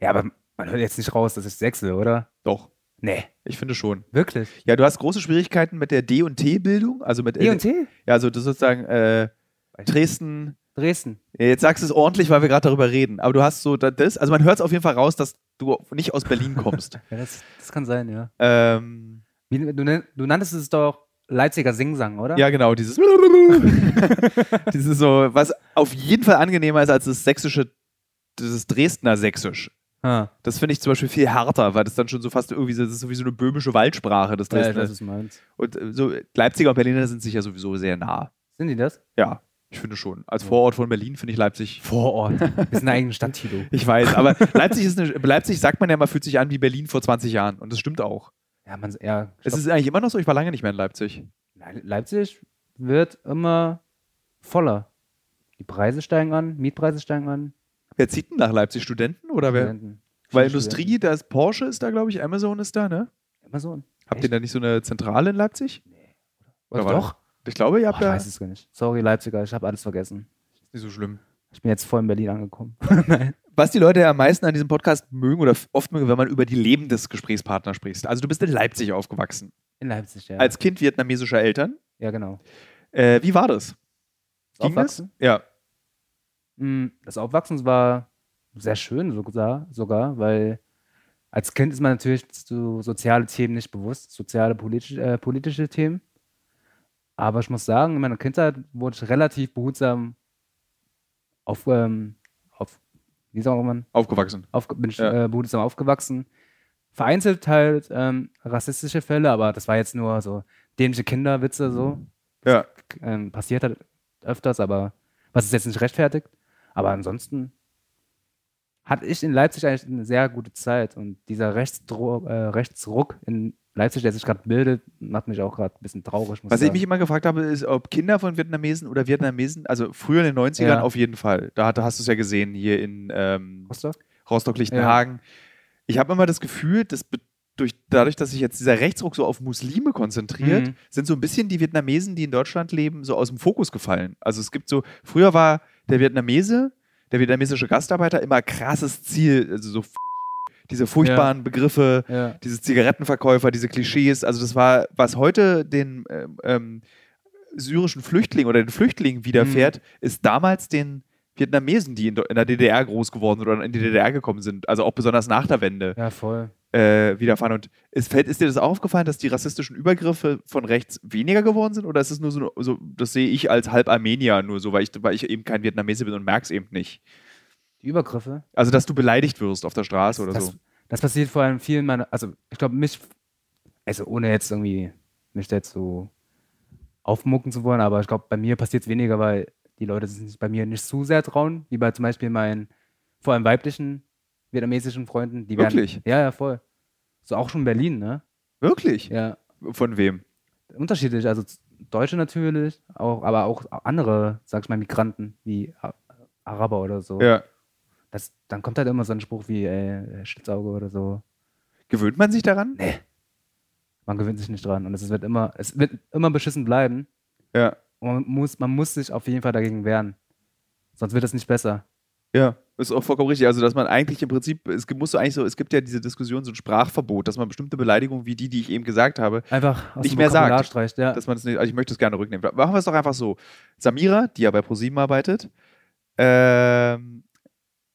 B: Ja, aber man hört jetzt nicht raus, dass ich sechs will, oder?
A: doch.
B: Nee.
A: Ich finde schon.
B: Wirklich?
A: Ja, du hast große Schwierigkeiten mit der D- und T-Bildung. Also mit
B: E und T?
A: Ja, also das ist sozusagen äh, Dresden.
B: Dresden.
A: Ja, jetzt sagst du es ordentlich, weil wir gerade darüber reden. Aber du hast so da- das, also man hört es auf jeden Fall raus, dass du nicht aus Berlin kommst.
B: Ja, das, das kann sein, ja.
A: ähm,
B: Wie, du, nen- du nanntest es doch Leipziger Singsang, oder?
A: ja, genau, dieses. dieses so, was auf jeden Fall angenehmer ist als das sächsische, dieses Dresdner Sächsisch.
B: Ah,
A: Das finde ich zum Beispiel viel härter, weil das dann schon so fast irgendwie so, das ist so wie so eine böhmische Waldsprache, das
B: ja ich
A: Dresdner.
B: weiß, was du meinst.
A: und äh, so Leipziger und Berliner sind sich ja sowieso sehr nah.
B: Sind die das?
A: Ja, ich finde schon. Als Vorort von Berlin finde ich Leipzig
B: Vor Ort. Wir sind eine eigene Stadt, Tilo.
A: Ich weiß, aber Leipzig ist eine, Leipzig sagt man ja mal, fühlt sich an wie Berlin vor 20 Jahren. Und das stimmt auch.
B: Ja, man, ja.
A: Es
B: stopp.
A: ist eigentlich immer noch so, ich war lange nicht mehr in Leipzig.
B: Le- Leipzig wird immer voller. Die Preise steigen an, Mietpreise steigen an.
A: Wer zieht denn nach Leipzig? Studenten oder wer?
B: Studenten.
A: Weil
B: Viele Studenten.
A: Industrie, da ist Porsche ist da, glaube ich, Amazon ist da, ne?
B: Immer so.
A: Habt ihr da nicht so eine Zentrale in Leipzig?
B: Oder
A: Oder
B: doch?
A: Ich glaube, ihr
B: Oh, ich
A: habt da.
B: weiß es gar nicht. Sorry, Leipziger, ich habe alles vergessen.
A: Ist nicht so schlimm.
B: Ich bin jetzt voll in Berlin angekommen.
A: Was die Leute ja am meisten an diesem Podcast mögen oder f- oft mögen, wenn man über die Leben des Gesprächspartners spricht. Also du bist in Leipzig aufgewachsen.
B: In Leipzig, ja.
A: Als Kind vietnamesischer Eltern.
B: ja, genau.
A: Äh, wie war das?
B: Das
A: das?
B: Aufwachsen?
A: Ja.
B: Mm, Das Aufwachsen war sehr schön sogar, sogar, weil als Kind ist man natürlich so soziale Themen nicht bewusst, soziale, politische, äh, politische Themen. Aber ich muss sagen, in meiner Kindheit wurde ich relativ behutsam auf, ähm, auf wie sagt man,
A: Aufgewachsen.
B: auf, bin ich
A: Ja.
B: äh, behutsam aufgewachsen. Vereinzelt halt ähm, rassistische Fälle, aber das war jetzt nur so dämliche Kinderwitze so
A: Ja.
B: ähm, passiert hat öfters, aber was ist jetzt nicht rechtfertigt. Aber ansonsten hatte ich in Leipzig eigentlich eine sehr gute Zeit und dieser Rechtsdruck, äh, Rechtsruck in Leipzig, der sich gerade bildet, macht mich auch gerade ein bisschen traurig. Muss
A: Was ich
B: sagen.
A: mich immer gefragt habe, ist, ob Kinder von Vietnamesen oder Vietnamesen, also früher in den 90ern
B: Ja.
A: auf jeden Fall. Da hat, hast du es ja gesehen hier in ähm,
B: Rostock?
A: Rostock-Lichtenhagen. Ich habe immer das Gefühl, dass be- durch, dadurch, dass sich jetzt dieser Rechtsruck so auf Muslime konzentriert,
B: Mhm.
A: sind so ein bisschen die Vietnamesen, die in Deutschland leben, so aus dem Fokus gefallen. Also es gibt so, früher war der Vietnamese, der vietnamesische Gastarbeiter immer krasses Ziel, also so f- diese furchtbaren Begriffe,
B: Ja.
A: diese Zigarettenverkäufer, diese Klischees, also das war, was heute den ähm, ähm, syrischen Flüchtlingen oder den Flüchtlingen
B: Mhm.
A: widerfährt, ist damals den Vietnamesen, die in, Do- in der DDR groß geworden sind oder in die DDR gekommen sind, also auch besonders nach der Wende,
B: ja, voll.
A: äh, widerfahren. Und es fällt, ist dir das auch aufgefallen, dass die rassistischen Übergriffe von rechts weniger geworden sind? Oder ist es nur so, so das sehe ich als halb Armenier nur so, weil ich, weil ich eben kein Vietnamese bin und merke es eben nicht?
B: Die Übergriffe.
A: Also, dass du beleidigt wirst auf der Straße oder
B: das,
A: so.
B: das passiert vor allem vielen meiner, also ich glaube mich, also ohne jetzt irgendwie mich da jetzt so aufmucken zu wollen, aber ich glaube bei mir passiert es weniger, weil die Leute sich bei mir nicht zu sehr trauen, wie bei zum Beispiel meinen vor allem weiblichen vietnamesischen Freunden, die werden,
A: Wirklich?
B: ja ja voll, so auch schon in Berlin, ne?
A: Wirklich?
B: Ja,
A: Von wem?
B: unterschiedlich, also z- Deutsche natürlich, auch, aber auch andere, sag ich mal Migranten wie A- Araber oder so.
A: Ja.
B: Das, dann kommt halt immer so ein Spruch wie ey, Schlitzauge oder so.
A: Gewöhnt man sich daran?
B: Nee. Man gewöhnt sich nicht dran. Und es wird immer, es wird immer beschissen bleiben.
A: Ja.
B: Und man muss, man muss sich auf jeden Fall dagegen wehren. Sonst wird es nicht besser.
A: Ja, ist auch vollkommen richtig. Also, dass man eigentlich im Prinzip, es gibt- musst du eigentlich so, es gibt ja diese Diskussion, so ein Sprachverbot, dass man bestimmte Beleidigungen wie die, die ich eben gesagt habe,
B: Einfach aus
A: Nicht
B: dem
A: mehr sagt.
B: Vokabular streicht. Ja.
A: dass man das nicht, also ich möchte es gerne rücknehmen. Machen wir es doch einfach so. Samira, die ja bei ProSieben arbeitet, ähm,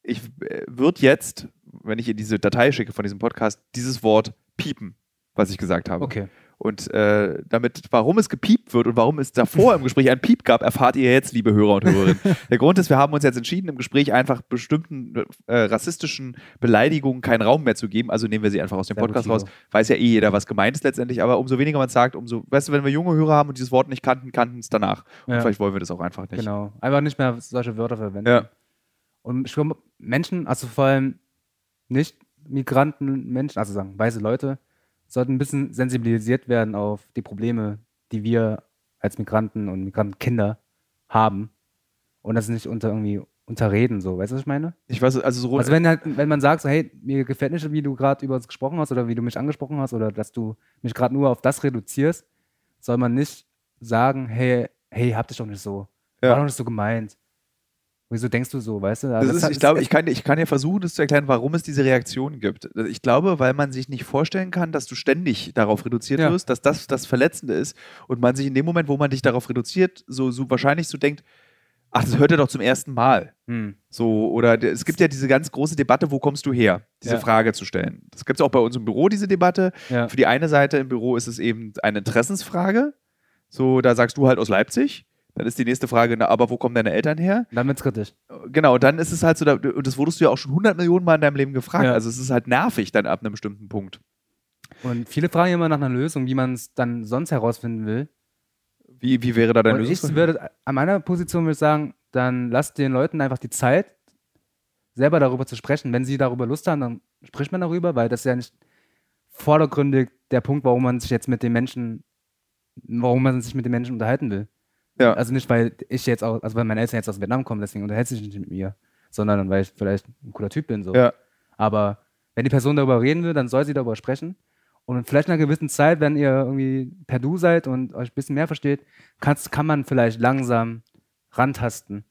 A: ich äh, wird jetzt, wenn ich ihr diese Datei schicke von diesem Podcast, dieses Wort piepen, was ich gesagt habe.
B: okay.
A: Und äh, damit, warum es gepiept wird und warum es davor im Gespräch ein Piep gab, erfahrt ihr jetzt, liebe Hörer und Hörerinnen. Der Grund ist, wir haben uns jetzt entschieden, im Gespräch einfach bestimmten äh, rassistischen Beleidigungen keinen Raum mehr zu geben. Also nehmen wir sie einfach aus dem
B: Sehr gut,
A: Podcast
B: Tilo.
A: raus. Weiß ja eh jeder, was gemeint ist letztendlich. Aber umso weniger man sagt, umso, weißt du, wenn wir junge Hörer haben und dieses Wort nicht kannten, kannten es danach. Und
B: Ja.
A: vielleicht wollen wir das auch einfach nicht.
B: Genau. Einfach nicht mehr solche Wörter verwenden.
A: Ja.
B: Und ich glaube, Menschen, also vor allem nicht Migranten, Menschen, also sagen weiße Leute, sollten ein bisschen sensibilisiert werden auf die Probleme, die wir als Migranten und Migrantenkinder haben. Und das nicht unter irgendwie unterreden, so. Weißt du, was ich meine?
A: Ich weiß, also so
B: Also wenn halt, wenn man sagt, so, hey, mir gefällt nicht, wie du gerade über uns gesprochen hast oder wie du mich angesprochen hast oder dass du mich gerade nur auf das reduzierst, soll man nicht sagen, hey, hey, hab dich doch nicht so.
A: Ja.
B: War doch nicht so gemeint. Wieso denkst du so, weißt du? Also
A: Das ist,
B: hat-
A: ich glaube, ich kann, ich kann ja versuchen, das zu erklären, warum es diese Reaktion gibt. Ich glaube, weil man sich nicht vorstellen kann, dass du ständig darauf reduziert
B: Ja.
A: wirst, dass das das Verletzende ist und man sich in dem Moment, wo man dich darauf reduziert, so, so wahrscheinlich so denkt, ach, das hört er doch zum ersten Mal.
B: Hm.
A: So, oder der- es gibt ja diese ganz große Debatte, wo kommst du her, diese
B: Ja.
A: Frage zu stellen. Das gibt es auch bei uns im Büro, diese Debatte.
B: Ja.
A: Für die eine Seite im Büro ist es eben eine Interessensfrage. So, da sagst du halt aus Leipzig. Dann ist die nächste Frage, na, aber wo kommen deine Eltern her?
B: Dann wird's kritisch.
A: genau, dann ist es halt so, da, und das wurdest du ja auch schon 100 Millionen Mal in deinem Leben gefragt.
B: Ja.
A: Also es ist halt nervig dann ab einem bestimmten Punkt.
B: Und viele fragen immer nach einer Lösung, wie man es dann sonst herausfinden will.
A: Wie, wie wäre da deine
B: Und ich
A: Lösung?
B: würde, an meiner Position würde ich sagen, dann lasst den Leuten einfach die Zeit, selber darüber zu sprechen. Wenn sie darüber Lust haben, dann spricht man darüber, weil das ist ja nicht vordergründig der Punkt, warum man sich jetzt mit den Menschen, warum man sich mit den Menschen unterhalten will.
A: Ja.
B: Also nicht, weil ich jetzt auch, also weil meine Eltern jetzt aus Vietnam kommen, deswegen unterhält sich nicht mit mir, sondern weil ich vielleicht ein cooler Typ bin. So.
A: Ja.
B: Aber wenn die Person darüber reden will, dann soll sie darüber sprechen. Und vielleicht in einer gewissen Zeit, wenn ihr irgendwie per Du seid und euch ein bisschen mehr versteht, kannst, kann man vielleicht langsam rantasten.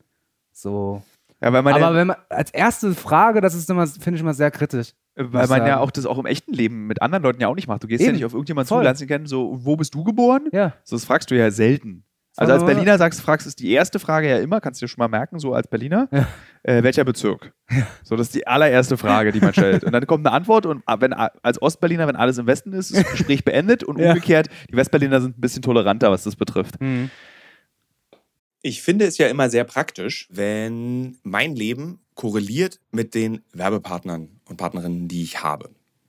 B: So.
A: ja, weil man,
B: Aber
A: ja,
B: wenn man als erste Frage, das ist immer, finde ich immer sehr kritisch.
A: weil man ja
B: sagen-
A: auch das auch im echten Leben mit anderen Leuten ja auch nicht macht. Du gehst ja
B: Eben.
A: nicht auf irgendjemanden zu,
B: Voll.
A: lernst ihn kennen, so, wo bist du geboren?
B: Ja.
A: So, das fragst du ja selten. Also als
B: Sondern-
A: Berliner sagst, fragst ist die erste Frage ja immer, kannst du dir schon mal merken, so als Berliner,
B: Ja.
A: äh, welcher Bezirk? So, das ist die allererste Frage, die man stellt. Und dann kommt eine Antwort und ah, wenn, ah, als Ostberliner, wenn alles im Westen ist, ist das Gespräch beendet und
B: Ja.
A: umgekehrt, die Westberliner sind ein bisschen toleranter, was das betrifft.
B: Hm.
C: Ich finde es ja immer sehr praktisch, wenn mein Leben korreliert mit den Werbepartnern und Partnerinnen, die ich habe.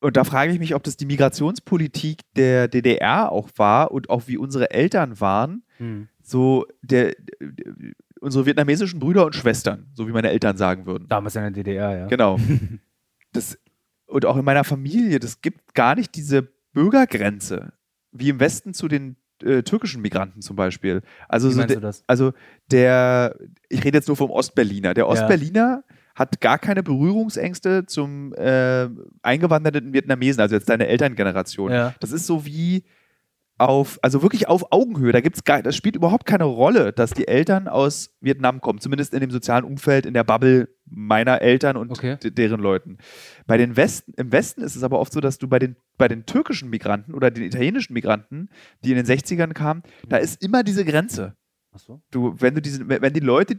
A: und da frage ich mich, ob das die Migrationspolitik der DDR auch war und auch wie unsere Eltern waren,
B: Hm.
A: so der, unsere vietnamesischen Brüder und Schwestern, so wie meine Eltern sagen würden.
B: Damals in der DDR, ja.
A: Genau. Das, und auch in meiner Familie, das gibt gar nicht diese Bürgergrenze, wie im Westen zu den äh, türkischen Migranten zum Beispiel. Also,
B: Wie
A: so
B: meinst
A: de,
B: du das?
A: also der, ich rede jetzt nur vom Ostberliner. Der Ostberliner hat gar keine Berührungsängste zum äh, eingewanderten Vietnamesen, also jetzt deine Elterngeneration.
B: Ja.
A: Das ist so wie auf, also wirklich auf Augenhöhe. Da gibt's gar, das spielt überhaupt keine Rolle, dass die Eltern aus Vietnam kommen, zumindest in dem sozialen Umfeld, in der Bubble meiner Eltern und
B: Okay.
A: d- deren Leuten. Bei den Westen, im Westen ist es aber oft so, dass du bei den, bei den türkischen Migranten oder den italienischen Migranten, die in den 60ern kamen, da ist immer diese Grenze.
B: Ach so.
A: Du, wenn du diese, wenn die Leute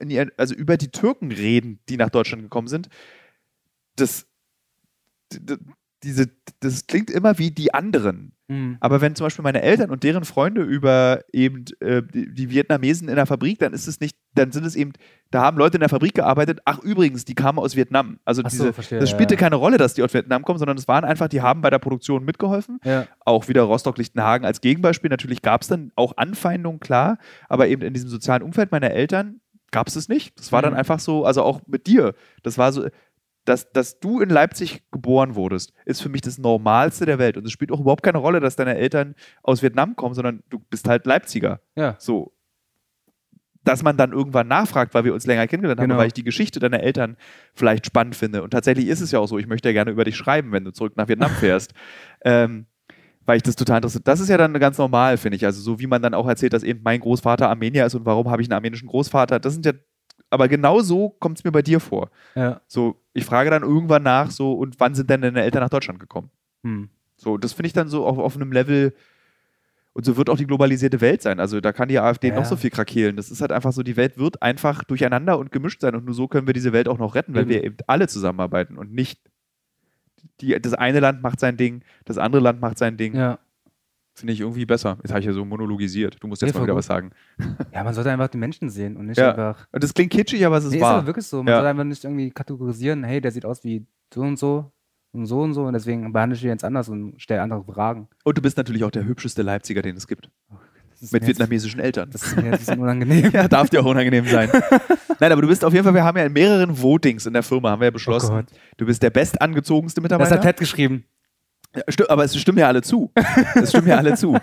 A: in ihren, also über die Türken reden, die nach Deutschland gekommen sind, das, d- d- diese, das klingt immer wie die anderen.
B: Hm.
A: Aber wenn zum Beispiel meine Eltern und deren Freunde über eben äh, die, die Vietnamesen in der Fabrik, dann ist es nicht, dann sind es eben, da haben Leute in der Fabrik gearbeitet, ach übrigens, die kamen aus Vietnam. Also
B: Ach so,
A: diese,
B: verstehe,
A: das
B: ja,
A: spielte
B: ja.
A: keine Rolle, dass die aus Vietnam kommen, sondern es waren einfach, die haben bei der Produktion mitgeholfen.
B: Ja.
A: Auch wieder Rostock-Lichtenhagen als Gegenbeispiel. Natürlich gab es dann auch Anfeindungen, klar, aber eben in diesem sozialen Umfeld meiner Eltern gab es es nicht. Das war dann
B: Mhm.
A: einfach so, also auch mit dir, das war so, dass, dass du in Leipzig geboren wurdest, ist für mich das Normalste der Welt. Und es spielt auch überhaupt keine Rolle, dass deine Eltern aus Vietnam kommen, sondern du bist halt Leipziger.
B: Ja.
A: So. Dass man dann irgendwann nachfragt, weil wir uns länger kennengelernt haben,
B: Genau.
A: weil ich die Geschichte deiner Eltern vielleicht spannend finde. Und tatsächlich ist es ja auch so, ich möchte ja gerne über dich schreiben, wenn du zurück nach Vietnam fährst. ähm, weil ich das total interessiert. Das ist ja dann ganz normal, finde ich. Also so wie man dann auch erzählt, dass eben mein Großvater Armenier ist und warum habe ich einen armenischen Großvater. Das sind ja, aber genau so kommt es mir bei dir vor.
B: Ja.
A: So, ich frage dann irgendwann nach, so, und wann sind denn deine Eltern nach Deutschland gekommen?
B: Hm.
A: So, das finde ich dann so auf, auf einem Level, und so wird auch die globalisierte Welt sein. Also da kann die AfD
B: Ja.
A: noch so viel krakeelen. Das ist halt einfach so, die Welt wird einfach durcheinander und gemischt sein. Und nur so können wir diese Welt auch noch retten, wenn
B: Eben.
A: wir eben alle zusammenarbeiten und nicht die, das eine Land macht sein Ding, das andere Land macht sein Ding.
B: Ja.
A: Finde ich irgendwie besser. Jetzt habe ich ja so monologisiert. Du musst jetzt
B: Nee,
A: mal
B: voll
A: wieder
B: gut.
A: was sagen.
B: Ja, man sollte einfach die Menschen sehen und nicht
A: Ja.
B: einfach.
A: Und das klingt kitschig, aber es ist
B: Nee, ist
A: wahr.
B: aber wirklich so. Man
A: Ja.
B: sollte einfach nicht irgendwie kategorisieren, hey, der sieht aus wie so und so und so und so und deswegen behandle ich ihn jetzt anders und stelle andere Fragen.
A: und du bist natürlich auch der hübscheste Leipziger, den es gibt.
B: Das ist
A: Mit
B: mir jetzt-
A: vietnamesischen Eltern.
B: Das ist mir jetzt ein bisschen unangenehm.
A: Ja, darf dir auch unangenehm sein. Nein, aber du bist auf jeden Fall, wir haben ja in mehreren Votings in der Firma, haben wir ja
B: Oh
A: beschlossen,
B: Gott.
A: du bist der bestangezogenste
B: Das
A: Mitarbeiter.
B: hat Ted geschrieben.
A: Ja, sti- aber es stimmen ja alle zu. Es stimmen ja alle zu.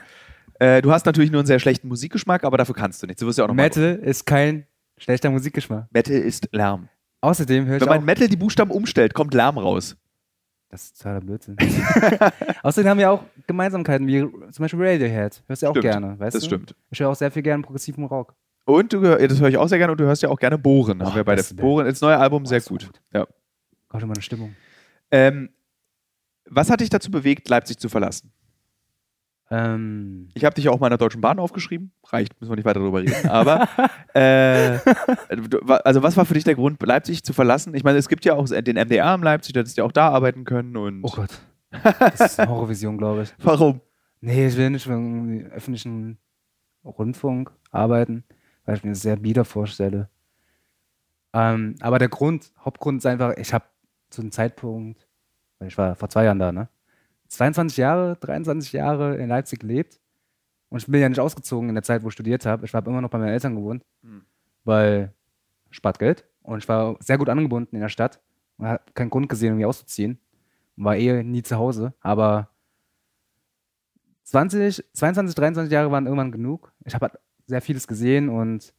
A: Äh, du hast natürlich nur einen sehr schlechten Musikgeschmack, aber dafür kannst du nichts. Du wirst ja auch noch mal-
B: Metal ist kein schlechter Musikgeschmack.
A: Metal ist Lärm.
B: Außerdem höre ich
A: Wenn man
B: auch...
A: Metal die Buchstaben umstellt, kommt Lärm raus.
B: Das ist totaler Blödsinn. Außerdem haben wir auch Gemeinsamkeiten, wie zum Beispiel Radiohead. Hörst du ja auch
A: Stimmt.
B: gerne, weißt
A: Das
B: du?
A: stimmt.
B: Ich höre auch sehr viel gerne progressiven Rock.
A: Und du, gehör- das höre ich auch sehr gerne und du hörst ja auch gerne Bohren. haben wir beide.
B: beste Band.
A: Bohren ist neue Album sehr
B: ist so
A: gut.
B: gut.
A: Ja.
B: Kommt immer eine Stimmung.
A: Ähm, was hat dich dazu bewegt, Leipzig zu verlassen?
B: Ähm,
A: Ich habe dich ja auch mal in der Deutschen Bahn aufgeschrieben. Reicht, müssen wir nicht weiter darüber reden. Aber, äh, du- wa- also was war für dich der Grund, Leipzig zu verlassen? Ich meine, es gibt ja auch den MDR in Leipzig, da hättest du ja auch da arbeiten können. Und
B: oh Gott. Das ist eine Horrorvision, glaube ich.
A: Warum?
B: Nee, ich will nicht für irgendwie öffentlichen Rundfunk arbeiten, weil ich mir das sehr bieder vorstelle. Ähm, aber der Grund, Hauptgrund ist einfach, ich habe zu dem Zeitpunkt, weil ich war vor zwei Jahren da, ne? 22 Jahre, 23 Jahre in Leipzig gelebt Und ich bin ja nicht ausgezogen in der Zeit, wo ich studiert habe. Ich habe immer noch bei meinen Eltern gewohnt, weil spart Geld. Und ich war sehr gut angebunden in der Stadt und habe keinen Grund gesehen, irgendwie auszuziehen. Und War eh nie zu Hause. Aber 20, 22, 23 Jahre waren irgendwann genug. Ich habe halt sehr vieles gesehen und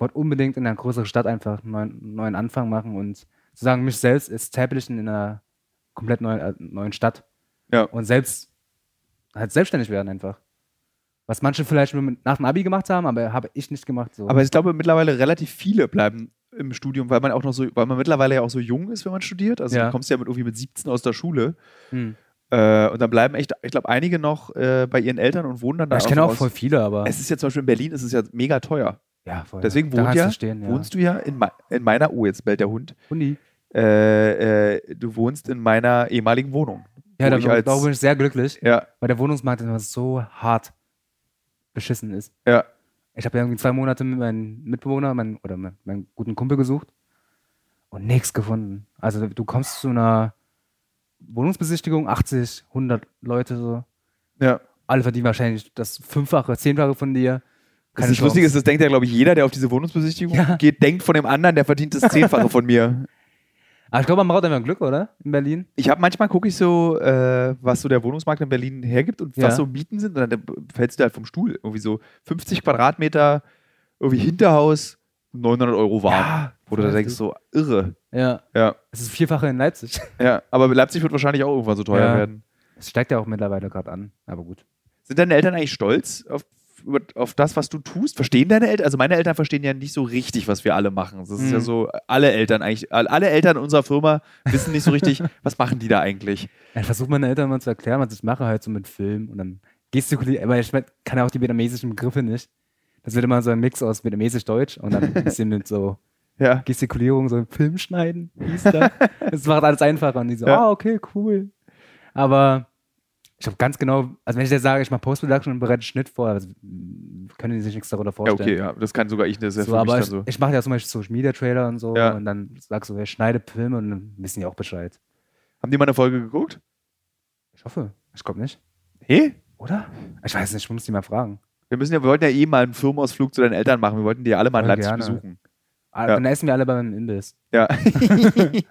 B: wollte unbedingt in einer größeren Stadt einfach einen neuen, neuen Anfang machen und sozusagen mich selbst establishen in einer komplett neuen, äh, neuen Stadt.
A: Ja.
B: Und selbst halt selbstständig werden einfach. Was manche vielleicht nur mit- nach dem Abi gemacht haben, aber habe ich nicht gemacht. So.
A: Aber ich glaube, mittlerweile relativ viele bleiben im Studium, weil man auch noch so, weil man mittlerweile ja auch so jung ist, wenn man studiert. Also
B: Ja.
A: du kommst ja mit irgendwie mit 17 aus der Schule.
B: hm.
A: Äh, und dann bleiben echt, ich glaube, einige noch äh, bei ihren Eltern und wohnen dann da.
B: ich kenne auch
A: aus.
B: voll viele, aber
A: Es ist ja zum Beispiel in Berlin, ist es ja mega teuer.
B: ja, voll,
A: Deswegen wohnt
B: Daran kannst
A: ja-
B: du stehen, ja.
A: Wohnst du ja in, mei- in meiner, oh, jetzt bellt der Hund.
B: Uni.
A: Äh, äh, du wohnst in meiner ehemaligen Wohnung.
B: Ja,
A: wo
B: da
A: ich
B: bin,
A: als-
B: darüber bin ich sehr glücklich,
A: Ja,
B: weil der Wohnungsmarkt immer so hart beschissen ist.
A: ja.
B: Ich habe ja irgendwie zwei Monate mit meinem Mitbewohner mein, oder mit meinem guten Kumpel gesucht und nichts gefunden. Also du kommst zu einer Wohnungsbesichtigung, 80, 100 Leute so.
A: Ja.
B: Alle verdienen wahrscheinlich das Fünffache, Zehnfache von dir.
A: Das,
B: Keine
A: ist
B: Chance.
A: lustig ist, das denkt ja, glaube ich, jeder, der auf diese Wohnungsbesichtigung
B: Ja.
A: geht, denkt von dem anderen, der verdient das Zehnfache von mir.
B: Aber ich glaube, man braucht einfach Glück, oder? In Berlin.
A: Ich habe manchmal gucke ich so, äh, was so der Wohnungsmarkt in Berlin hergibt und
B: Ja.
A: was so Mieten sind. Und dann fällst du halt vom Stuhl. Irgendwie so 50 Quadratmeter, irgendwie Hinterhaus, 900 Euro warm.
B: Ja,
A: Wo du da
B: voll
A: denkst, so irre.
B: Ja.
A: Ja,
B: Es ist Vierfache in Leipzig.
A: ja. Aber Leipzig wird wahrscheinlich auch irgendwann so teuer
B: Ja.
A: werden.
B: Es steigt ja auch mittlerweile gerade an, aber gut.
A: Sind deine Eltern eigentlich stolz auf, über, auf das, was du tust? Verstehen deine Eltern? Also meine Eltern verstehen ja nicht so richtig, was wir alle machen. Das ist
B: Mhm.
A: ja so, alle Eltern eigentlich, all- alle Eltern unserer Firma wissen nicht so richtig, was machen die da eigentlich?
B: Ja, Ich versuche meinen Eltern mal zu erklären, was ich mache, halt so mit Film und dann gestikuliere, aber ich mein, kann ja auch die vietnamesischen Begriffe nicht. Das wird immer so ein Mix aus vietnamesisch-deutsch und dann ein bisschen mit so
A: Ja.
B: Gestikulierung, so Film schneiden, hieß da. Das macht alles einfacher und die so, ah,
A: Ja.
B: okay, cool. Aber ich habe ganz genau, also wenn ich jetzt sage, ich mache Post-Production und bereite Schnitt vor, also, mm, können die sich nichts darunter
A: Ja,
B: vorstellen.
A: okay, ja. Das kann sogar ich, das ist ja
B: So,
A: für mich
B: aber
A: dann
B: ich,
A: so.
B: ich mache ja zum Beispiel Social Media Trailer und so
A: Ja.
B: und dann sagst du, wer schneidet Filme und dann wissen die auch Bescheid.
A: Haben die mal eine Folge geguckt?
B: Ich hoffe, ich glaube nicht.
A: Hey?
B: Oder? Ich weiß nicht, ich muss die mal fragen.
A: Wir, müssen ja, wir wollten ja eh mal einen Firmenausflug zu deinen Eltern machen. Wir wollten die ja alle mal in
B: Voll
A: Leipzig
B: gerne.
A: besuchen.
B: Ah,
A: Ja.
B: Dann essen wir alle bei meinem Imbiss.
A: Ja.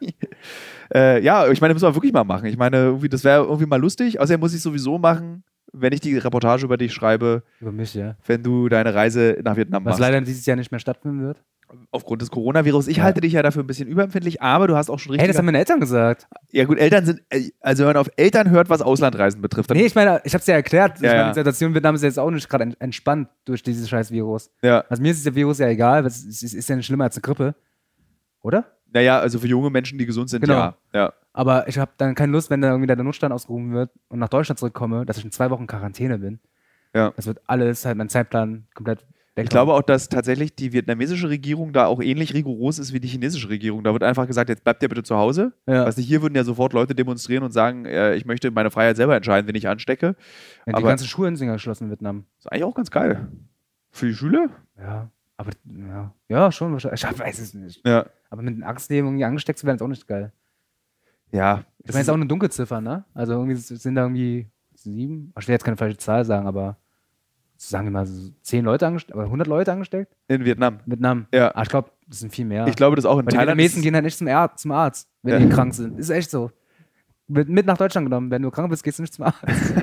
A: äh, ja, ich meine, müssen wir wirklich mal machen. Ich meine, irgendwie, das wäre irgendwie mal lustig. Außerdem muss ich sowieso machen, wenn ich die Reportage über dich schreibe,
B: Über mich, ja.
A: wenn du deine Reise nach Vietnam
B: Was
A: machst.
B: leider dieses Jahr nicht mehr stattfinden wird.
A: Aufgrund des Coronavirus. Ich
B: Ja.
A: halte dich ja dafür ein bisschen überempfindlich, aber du hast auch schon
B: Hey,
A: richtig.
B: das haben meine Eltern gesagt.
A: ja, gut, Eltern sind. äh, Also, wenn man auf Eltern hört, was Auslandreisen betrifft, dann.
B: Nee, ich meine, ich hab's ja erklärt. ich
A: Ja,
B: meine,
A: ja.
B: die Situation in Vietnam ist jetzt auch nicht gerade ent entspannt durch dieses scheiß Virus.
A: Ja.
B: Also mir ist der Virus ja egal, was es ist, ist ja nicht schlimmer als eine Grippe. Oder?
A: Naja, also für junge Menschen, die gesund sind,
B: Genau.
A: ja. ja.
B: Aber ich habe dann keine Lust, wenn da irgendwie da der Notstand ausgerufen wird und nach Deutschland zurückkomme, dass ich in zwei Wochen Quarantäne bin.
A: Ja.
B: Das wird alles halt mein Zeitplan komplett weg.
A: Ich glaube auch, dass tatsächlich die vietnamesische Regierung da auch ähnlich rigoros ist wie die chinesische Regierung. Da wird einfach gesagt, jetzt bleibt ihr bitte zu Hause.
B: ja.
A: Weißt du, hier würden ja sofort Leute demonstrieren und sagen, äh, ich möchte meine Freiheit selber entscheiden, wen ich anstecke.
B: ja, die
A: aber-
B: ganzen Schulen sind ja geschlossen in Vietnam.
A: Ist eigentlich auch ganz geil. Für die Schüler?
B: Ja. Aber ja, ja schon wahrscheinlich. Ich weiß es nicht.
A: Ja.
B: Aber mit den Angstnehmen irgendwie angesteckt zu werden, ist auch nicht geil.
A: Ja.
B: Ich meine, es ist auch eine Dunkelziffer, ne? Also irgendwie s- sind da irgendwie sieben, ich will jetzt keine falsche Zahl sagen, aber sagen wir mal so zehn Leute angesteckt, aber 100 Leute angesteckt
A: in Vietnam.
B: mit Namen.
A: Ja.
B: Ah, ich glaube, das sind viel mehr.
A: Ich glaube, das auch in
B: Weil die
A: Thailand.
B: Vietnamesen
A: ist-
B: gehen halt nicht zum Arzt, zum Arzt wenn
A: Ja.
B: die krank sind. Ist echt so. Wird mit nach Deutschland genommen. Wenn du krank bist, gehst du nicht zum Arzt.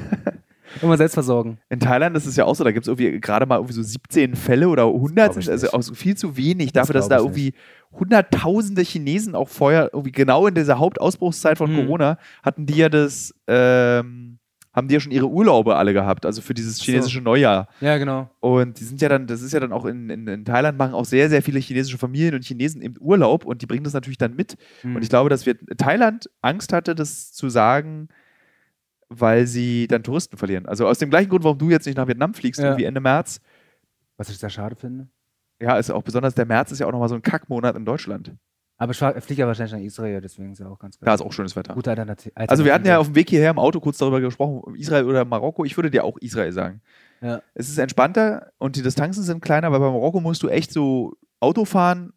B: Immer selbst versorgen.
A: In Thailand ist es ja auch so, da gibt es irgendwie gerade mal irgendwie so 17 Fälle oder 100,
B: glaub ich
A: also
B: nicht.
A: auch so viel zu wenig
B: Das
A: dafür, dass
B: glaub
A: da
B: ich
A: irgendwie hunderttausende Chinesen auch vorher, irgendwie genau in dieser Hauptausbruchszeit von
B: Hm.
A: Corona, hatten die ja das, ähm, haben die ja schon ihre Urlaube alle gehabt, also für dieses
B: so.
A: chinesische Neujahr.
B: Ja, genau.
A: Und die sind ja dann, das ist ja dann auch in, in, in Thailand, machen auch sehr, sehr viele chinesische Familien und Chinesen eben Urlaub und die bringen das natürlich dann mit.
B: Hm. Mhm.
A: Und ich glaube, dass wir Thailand Angst hatte, das zu sagen, weil sie dann Touristen verlieren. Also aus dem gleichen Grund, warum du jetzt nicht nach Vietnam fliegst,
B: Ja.
A: irgendwie Ende März.
B: Was ich sehr schade finde.
A: Ja, ist auch besonders der März ist ja auch nochmal so ein Kackmonat in Deutschland.
B: Aber ich fahr- fliege ja wahrscheinlich nach Israel, deswegen ist ja auch ganz geil.
A: Da ist auch schönes Wetter.
B: Gute Alternative.
A: Also wir hatten ja auf dem Weg hierher im Auto kurz darüber gesprochen, Israel oder Marokko. Ich würde dir auch Israel sagen.
B: Ja.
A: Es ist entspannter und die Distanzen sind kleiner, weil bei Marokko musst du echt so Auto fahren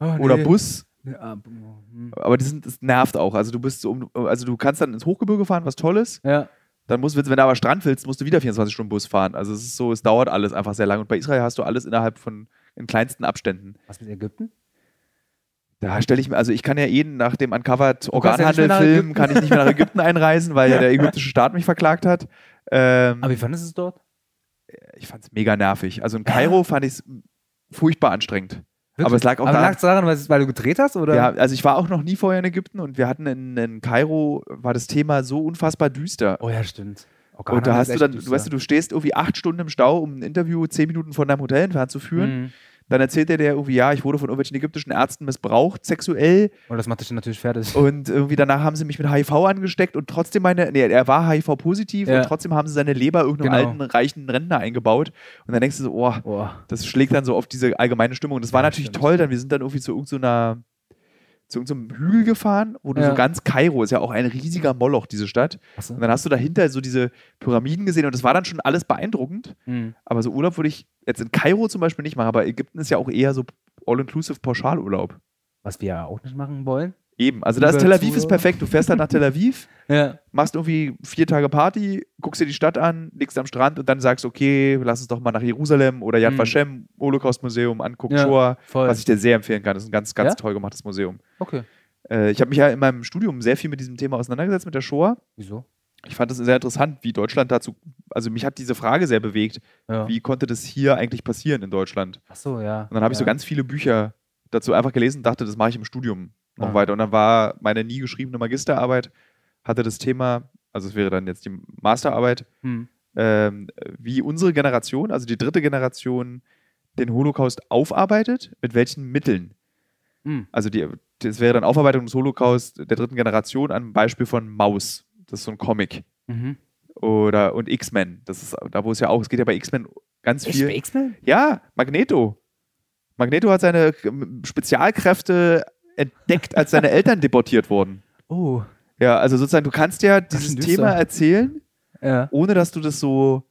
B: Oh, nee.
A: oder Bus.
B: Ja, b- hm.
A: Aber das, sind, das nervt auch. Also du bist so um, also du kannst dann ins Hochgebirge fahren, was toll ist.
B: ja.
A: Dann musst, wenn du aber Strand willst, musst du wieder 24 Stunden Bus fahren. Also es ist so, es dauert alles einfach sehr lange. Und bei Israel hast du alles innerhalb von in kleinsten Abständen.
B: Was mit Ägypten?
A: Da stelle ich mir, also ich kann ja jeden nach dem Uncovered
B: kannst ja nicht mehr nach
A: Organhandelfilm,
B: Ägypten.
A: kann ich nicht mehr nach Ägypten einreisen, weil ja der ägyptische Staat mich verklagt hat. Ähm,
B: Aber wie fandest du es dort?
A: ich fand es mega nervig. Also in Kairo fand ich es furchtbar anstrengend. Aber es lag auch
B: Aber
A: daran-
B: lag es daran, weil, es- weil du gedreht hast? Oder?
A: Ja, also ich war auch noch nie vorher in Ägypten und wir hatten in, in Kairo, war das Thema so unfassbar düster.
B: Oh ja, stimmt.
A: und da hast du dann, du weißt, du, du stehst irgendwie acht Stunden im Stau, um ein Interview zehn Minuten von deinem Hotel entfernt zu führen.
B: führen.
A: Dann erzählt er dir irgendwie, ja, ich wurde von irgendwelchen ägyptischen Ärzten missbraucht, sexuell.
B: Und Oh, das macht dich dann natürlich fertig.
A: Und irgendwie danach haben sie mich mit HIV angesteckt und trotzdem meine, nee, er war HIV-positiv
B: Ja.
A: und trotzdem haben sie seine Leber irgendeinem
B: Genau.
A: alten, reichen Rentner eingebaut. Und dann denkst du so, oh,
B: Oh.
A: das schlägt dann so auf diese allgemeine Stimmung. Und das war
B: Ja,
A: natürlich
B: stimmt.
A: toll, dann wir sind dann irgendwie zu irgendeiner zu irgendeinem Hügel gefahren, wo du
B: Ja.
A: so ganz Kairo, ist ja auch ein riesiger Moloch, diese Stadt.
B: Achso.
A: Und dann hast du dahinter so diese Pyramiden gesehen und das war dann schon alles beeindruckend.
B: Mhm.
A: Aber so Urlaub würde ich jetzt in Kairo zum Beispiel nicht machen, aber Ägypten ist ja auch eher so all-inclusive Pauschalurlaub.
B: Was wir ja auch nicht machen wollen.
A: Eben. Also da ist
B: Über
A: Tel Aviv
B: Zuhörer.
A: ist perfekt. Du fährst dann nach Tel Aviv,
B: Ja.
A: machst irgendwie vier Tage Party, guckst dir die Stadt an, liegst am Strand und dann sagst, okay, lass uns doch mal nach Jerusalem oder Yad
B: Mhm.
A: Vashem, Holocaust-Museum angucken,
B: Ja.
A: Shoah.
B: Voll.
A: Was ich dir sehr empfehlen kann. Das ist ein ganz, ganz
B: Ja?
A: toll gemachtes Museum.
B: okay.
A: Äh, ich habe mich ja in meinem Studium sehr viel mit diesem Thema auseinandergesetzt, mit der Shoah.
B: Wieso?
A: Ich fand es sehr interessant, wie Deutschland dazu, also mich hat diese Frage sehr bewegt,
B: Ja.
A: wie konnte das hier eigentlich passieren in Deutschland?
B: Achso, ja.
A: Und dann habe ich
B: ja.
A: so ganz viele Bücher dazu einfach gelesen und dachte, das mache ich im Studium noch
B: Ah.
A: weiter. Und dann war meine nie geschriebene Magisterarbeit, hatte das Thema, also es wäre dann jetzt die Masterarbeit,
B: Hm.
A: ähm, wie unsere Generation, also die dritte Generation, den Holocaust aufarbeitet, mit welchen Mitteln.
B: Hm.
A: Also die, das wäre dann Aufarbeitung des Holocaust der dritten Generation an einem Beispiel von Maus. Das ist so ein Comic.
B: Mhm.
A: Oder und X-Men. Das ist da, wo es ja auch, es geht ja bei X-Men ganz
B: Echt bei
A: viel.
B: X-Men?
A: Ja, Magneto. Magneto hat seine ähm, Spezialkräfte entdeckt, als seine Eltern deportiert wurden.
B: Oh.
A: Ja, also sozusagen, du kannst ja dieses
B: schon düster.
A: Thema erzählen,
B: Ja.
A: ohne dass du das so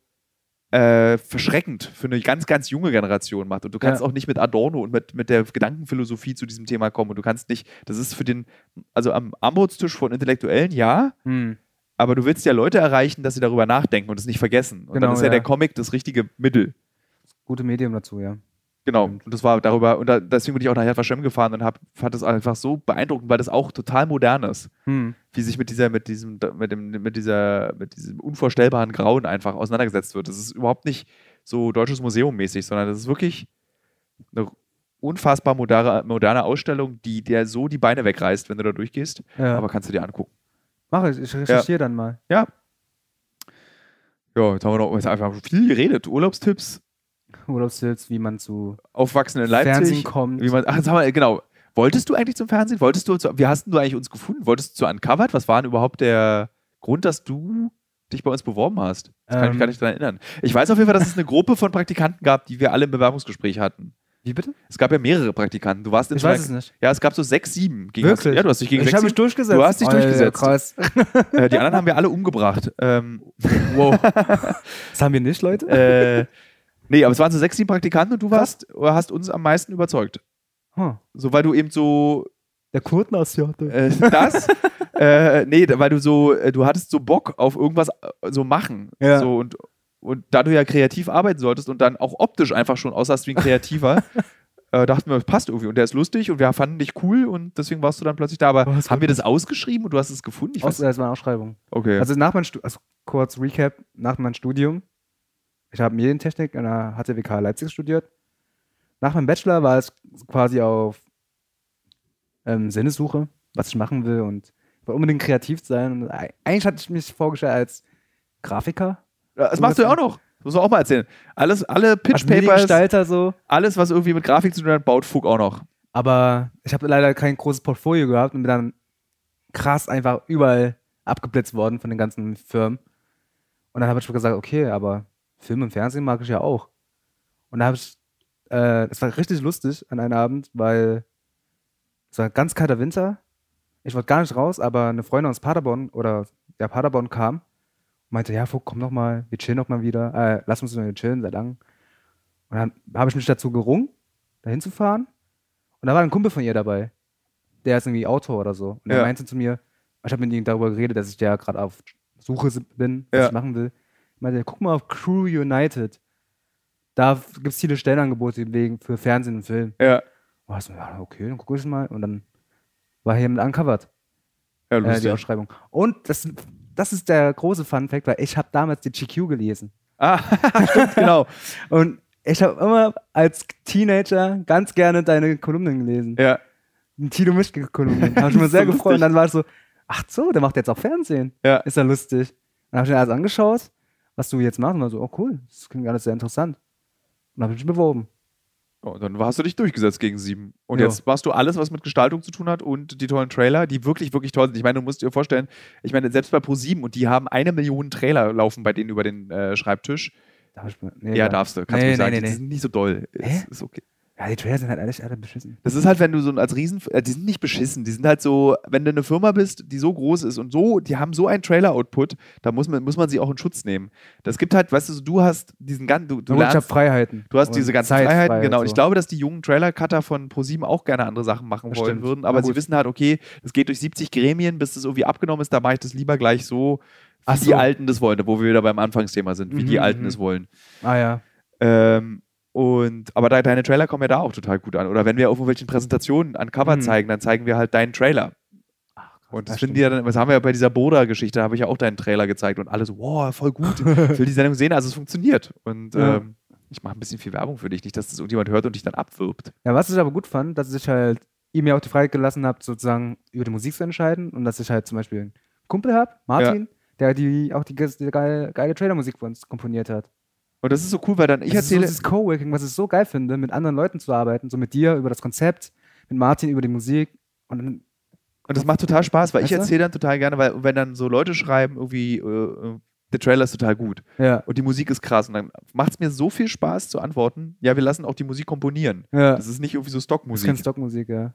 A: äh, verschreckend für eine ganz, ganz junge Generation macht. Und du kannst
B: Ja.
A: auch nicht mit Adorno und mit, mit der Gedankenphilosophie zu diesem Thema kommen. Und du kannst nicht, das ist für den, also am Armutstisch von Intellektuellen, ja,
B: Hm.
A: aber du willst ja Leute erreichen, dass sie darüber nachdenken und es nicht vergessen. Und dann
B: Genau,
A: ist ja,
B: ja.
A: der Comic das richtige Mittel.
B: Gute Medium dazu, ja.
A: Genau.
B: Stimmt.
A: Und das war darüber, und da, deswegen bin ich auch nach Yad Vashem gefahren und hab, fand das einfach so beeindruckend, weil das auch total modern ist.
B: Hm.
A: Wie sich mit dieser, mit diesem, mit dem, mit dieser, mit diesem unvorstellbaren Grauen einfach auseinandergesetzt wird. Das ist überhaupt nicht so deutsches Museum mäßig, sondern das ist wirklich eine unfassbar moderne, moderne Ausstellung, die dir so die Beine wegreißt, wenn du da durchgehst.
B: Ja.
A: Aber kannst du dir angucken.
B: Mach ich, ich recherchiere dann mal.
A: Ja. Ja, jetzt haben wir noch jetzt haben wir viel geredet. Urlaubstipps,
B: Urlaubstipps, wie man zu
A: Aufwachsen in Leipzig.
B: Fernsehen kommt.
A: Wie man, ach, sag mal, genau. Wolltest du eigentlich zum Fernsehen? Wolltest du, zu, wie hast denn du eigentlich uns gefunden? Wolltest du zu Uncovered? Was war denn überhaupt der Grund, dass du dich bei uns beworben hast? Das kann ich mich
B: Ähm.
A: gar nicht daran erinnern. Ich weiß auf jeden Fall, dass es eine Gruppe von Praktikanten gab, die wir alle im Bewerbungsgespräch hatten.
B: Wie bitte?
A: Es gab ja mehrere Praktikanten. Du warst in
B: Ich
A: so einer-
B: weiß es nicht.
A: Ja, es gab so sechs, sieben. Gegen
B: Wirklich?
A: Ja, du hast dich gegen
B: ich
A: sechs,
B: habe mich
A: sieben,
B: durchgesetzt. Oh,
A: Du hast dich
B: Alter,
A: durchgesetzt.
B: Krass.
A: äh, Die anderen haben wir alle umgebracht. Ähm,
B: Wow. das haben wir nicht, Leute.
A: äh, nee, aber es waren so sechs, sieben Praktikanten und du warst, hast uns am meisten überzeugt.
B: Huh.
A: So, weil du eben so
B: Der Kurdenasiate.
A: Äh, das? äh, nee, da- weil du so, äh, du hattest so Bock auf irgendwas äh, so machen.
B: Ja.
A: So und, und da du ja kreativ arbeiten solltest und dann auch optisch einfach schon aussahst wie ein Kreativer, äh, dachten wir, das passt irgendwie. Und der ist lustig und wir fanden dich cool und deswegen warst du dann plötzlich da. Aber
B: Oh, das
A: haben wir
B: wird-
A: das ausgeschrieben und du hast es gefunden? Ich
B: Aus,
A: weiß,
B: das war eine Ausschreibung.
A: okay.
B: Also nach meinem Stu- also kurz Recap, nach meinem Studium, ich habe Medientechnik an der HTWK Leipzig studiert. Nach meinem Bachelor war es quasi auf ähm, Sinnessuche, was ich machen will und wollte unbedingt kreativ sein. Und ei- eigentlich hatte ich mich vorgestellt als Grafiker,
A: das machst du ja auch noch. Das muss man auch mal erzählen. Alles, alle
B: als
A: Pitch Papers,
B: also Mediengestalter so.
A: alles, was irgendwie mit Grafik zu tun hat, baut Fug auch noch.
B: Aber ich habe leider kein großes Portfolio gehabt und bin dann krass einfach überall abgeblitzt worden von den ganzen Firmen. Und dann habe ich schon gesagt, okay, aber Film und Fernsehen mag ich ja auch. Und da habe ich, äh, es war richtig lustig an einem Abend, weil es war ganz kalter Winter. Ich wollte gar nicht raus, aber eine Freundin aus Paderborn oder ja, Paderborn kam und meinte, ja, Vogt, komm noch mal, wir chillen noch mal wieder. Äh, lass uns mal chillen, sei lang. Und dann habe ich mich dazu gerungen, dahin zu fahren. Und da war ein Kumpel von ihr dabei. Der ist irgendwie Autor oder so. Und der
A: Ja.
B: meinte zu mir, ich habe mit ihm darüber geredet, dass ich ja gerade auf Suche bin, was
A: Ja.
B: ich machen will, meinte er, guck mal auf Crew United. Da gibt es viele Stellenangebote wegen für Fernsehen und Film.
A: Ja,
B: Oh, ich so, ja, okay, dann gucke ich mal. Und dann war hier mit uncovered,
A: ja
B: äh, die
A: lustig.
B: Ausschreibung. Und das, das ist der große Fun Fact, weil ich habe damals die GQ gelesen.
A: ah, stimmt, genau.
B: Und ich habe immer als Teenager ganz gerne deine Kolumnen gelesen.
A: Ja,
B: Ein Tino Mischke-Kolumnen. Habe ich mich sehr gefreut. Und dann war es so, ach so, der macht jetzt auch Fernsehen.
A: Ja.
B: Ist ja lustig. Dann habe ich mir alles angeschaut, was du jetzt machst. Und war so, oh cool, das klingt alles sehr interessant. Und habe ich mich beworben.
A: Ja, Und Oh, dann hast du dich durchgesetzt gegen sieben. Und
B: Ja.
A: jetzt machst du alles, was mit Gestaltung zu tun hat und die tollen Trailer, die wirklich, wirklich toll sind. Ich meine, du musst dir vorstellen, ich meine, selbst bei Pro7 und die haben eine Million Trailer laufen bei denen über den äh, Schreibtisch.
B: Da hab ich,
A: Ja,
B: nee, da-
A: darfst du. Kannst du
B: Nee,
A: mir sagen,
B: nee,
A: die
B: nee,
A: sind nicht so doll.
B: Hä?
A: Ist, ist okay.
B: Ja, die Trailer sind halt ehrlich alle beschissen.
A: Das ist halt, wenn du so ein- als Riesen, äh, die sind nicht beschissen, die sind halt so, wenn du eine Firma bist, die so groß ist und so, die haben so einen Trailer-Output, da muss man, muss man sie auch in Schutz nehmen. Das gibt halt, weißt du, so, du hast diesen ganzen, du, du
B: Du ich
A: lernst
B: habe Freiheiten.
A: Du hast
B: Und
A: diese ganzen
B: Zeit,
A: Freiheiten,
B: Freiheit,
A: genau. Und
B: so.
A: ich glaube, dass die jungen Trailer-Cutter von ProSieben auch gerne andere Sachen machen
B: Das
A: wollen
B: stimmt.
A: würden,
B: Na
A: aber sie
B: gut.
A: wissen halt, okay, das geht durch 70 Gremien, bis das irgendwie abgenommen ist, da mache ich das lieber gleich so, wie
B: Ach
A: die
B: so.
A: Alten das wollen, wo wir wieder beim Anfangsthema sind, wie
B: Mhm,
A: die Alten
B: mhm.
A: es wollen.
B: Ah ja.
A: Ähm, und, aber de- deine Trailer kommen ja da auch total gut an. Oder wenn wir auf irgendwelchen Präsentationen an Cover
B: Mhm.
A: zeigen, dann zeigen wir halt deinen Trailer. Und das,
B: das
A: finden die ja dann, was haben wir ja bei dieser Boda-Geschichte, da habe ich ja auch deinen Trailer gezeigt und alle so, wow, voll gut, ich will die Sendung sehen, also es funktioniert. Und
B: Ja.
A: ähm, ich mache ein bisschen viel Werbung für dich, nicht, dass das irgendjemand hört und dich dann abwirbt.
B: Ja, was ich aber gut fand, dass ich halt ihm ja auch die Freiheit gelassen habe, sozusagen über die Musik zu entscheiden und dass ich halt zum Beispiel einen Kumpel habe, Martin, der die, auch die, ge- die geile, geile Trailer-Musik für uns komponiert hat.
A: Und das ist so cool, weil dann ich
B: das ist so
A: erzähle,
B: dieses Coworking, was ich so geil finde, mit anderen Leuten zu arbeiten, so mit dir über das Konzept, mit Martin über die Musik und dann,
A: und das macht total Spaß, weil ich
B: Weißt du?
A: erzähle dann total gerne, weil wenn dann so Leute schreiben, irgendwie, äh, äh, der Trailer ist total gut
B: ja,
A: und die Musik ist krass und dann macht es mir so viel Spaß zu antworten, ja, wir lassen auch die Musik komponieren.
B: ja.
A: Das ist nicht irgendwie so
B: Das ist
A: Stockmusik.
B: keine Stockmusik, ja.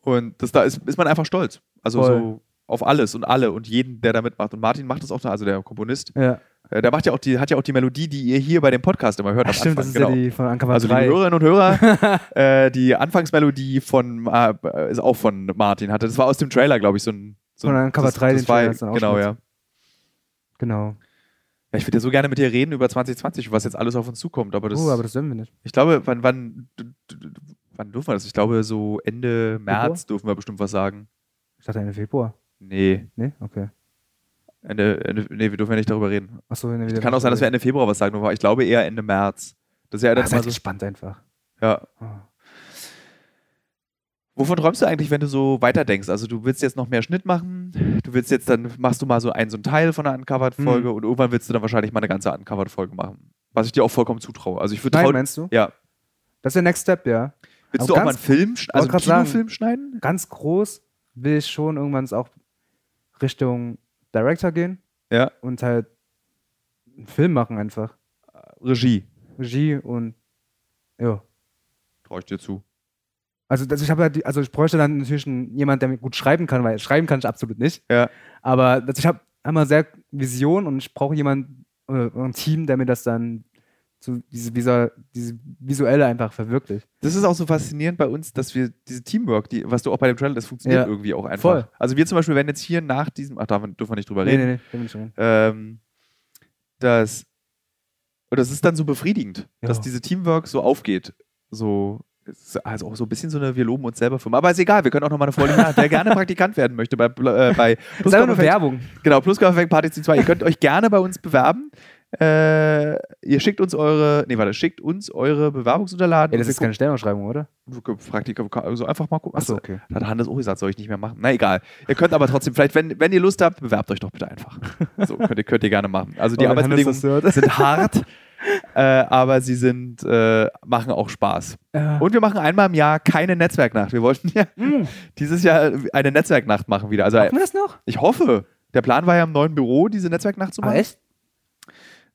A: Und das da ist, ist man einfach stolz. Also
B: Voll.
A: so auf alles und alle und jeden, der da mitmacht. Und Martin macht das auch, also der Komponist,
B: Ja,
A: äh, der macht ja auch die, hat ja auch die Melodie, die ihr hier bei dem Podcast immer hört. am
B: stimmt, das
A: Anfang. genau.
B: ist ja die von Ancover
A: also
B: 3.
A: liebe Hörerinnen und Hörer, äh, die Anfangsmelodie von äh, ist auch von Martin hatte. Das war aus dem Trailer, glaube ich, so ein so ein-
B: Von einem Cover
A: das,
B: 3,
A: das
B: den
A: war,
B: Trailer, das ist ein
A: Genau, ja.
B: Ausschnitt. Genau.
A: ja. Ich würde ja so gerne mit dir reden über 2020, was jetzt alles auf uns zukommt, aber das,
B: oh, aber das dürfen wir nicht.
A: ich glaube, wann wann d- d- d- wann dürfen wir das? Ich glaube, so Ende März dürfen wir bestimmt was sagen.
B: Ich dachte Ende Februar.
A: Nee,
B: Nee? Okay.
A: Ende, Ende, nee, wir dürfen ja nicht darüber reden.
B: Achso, Ende
A: Kann auch sein, dass wir Ende Februar was sagen, aber ich glaube eher Ende März. Das ist ja dann
B: Ach, Ah, seid
A: immer so,
B: gespannt einfach.
A: ja.
B: Oh.
A: Wovon träumst du eigentlich, wenn du so weiterdenkst? Also du willst jetzt noch mehr Schnitt machen, du willst jetzt dann, machst du mal so einen, so einen Teil von einer Uncovered-Folge und irgendwann willst du dann wahrscheinlich mal eine ganze Uncovered-Folge machen. Was ich dir auch vollkommen zutraue. Also ich würde
B: Nein,
A: trauen,
B: meinst du?
A: ja.
B: Das ist der Next Step, ja.
A: Willst
B: Aber
A: du auch mal einen
B: ganz-
A: Film, sch- also einen
B: grad sagen.
A: Kinofilm schneiden?
B: Ganz groß will ich schon irgendwann es auch Richtung Director gehen
A: Ja,
B: und halt einen Film machen einfach.
A: Regie.
B: Regie und ja.
A: Traue ich dir zu.
B: Also das, ich habe halt, die- also ich bräuchte dann natürlich einen, jemand, der mir gut schreiben kann, weil schreiben kann ich absolut nicht.
A: Ja.
B: Aber das, ich habe einmal sehr Vision und ich brauche jemanden, äh, ein Team, der mir das dann so diese, Visa- diese visuelle einfach verwirklicht.
A: Das ist auch so faszinierend bei uns, dass wir diese Teamwork, die, was du auch bei dem Trailer, das funktioniert
B: Ja.
A: irgendwie auch einfach.
B: Voll.
A: Also wir zum Beispiel werden jetzt hier nach diesem, ach, darf man, dürfen wir nicht drüber
B: Nee,
A: reden.
B: nee, nee, da bin ich drin.
A: ähm, dass und das ist dann so befriedigend,
B: Ja.
A: dass diese Teamwork so aufgeht. So es ist also auch so ein bisschen so eine wir loben uns selber Firma, aber ist egal, wir können auch noch mal eine Vorlesung machen. Wer gerne Praktikant werden möchte bei Bl- äh, bei
B: Das ist einfach nur
A: Plusquamperfekt-
B: Werbung.
A: Genau, Plusquamperfekt Party 2. Ihr könnt euch gerne bei uns bewerben. Äh, ihr schickt uns eure, nee, warte, schickt uns eure Bewerbungsunterlagen.
B: Ey, das ist keine Stellenausschreibung, oder?
A: Praktikum, also einfach mal gucken.
B: Achso,
A: Achso,
B: okay.
A: hat Hannes auch gesagt, soll ich nicht mehr machen. Na egal. Ihr könnt aber trotzdem, vielleicht, wenn, wenn ihr Lust habt, bewerbt euch doch bitte einfach. So, könnt ihr, könnt ihr gerne machen. Also die
B: Oh, wenn Hannes
A: Arbeitsbedingungen
B: das hört.
A: sind hart, äh, aber sie sind, äh, machen auch Spaß.
B: Ja.
A: Und wir machen einmal im Jahr keine Netzwerknacht. Wir wollten ja
B: Hm.
A: dieses Jahr eine Netzwerknacht machen wieder. Also
B: Machen wir das noch?
A: ich hoffe, der Plan war ja im neuen Büro, diese Netzwerknacht zu
B: Ah,
A: machen.
B: echt?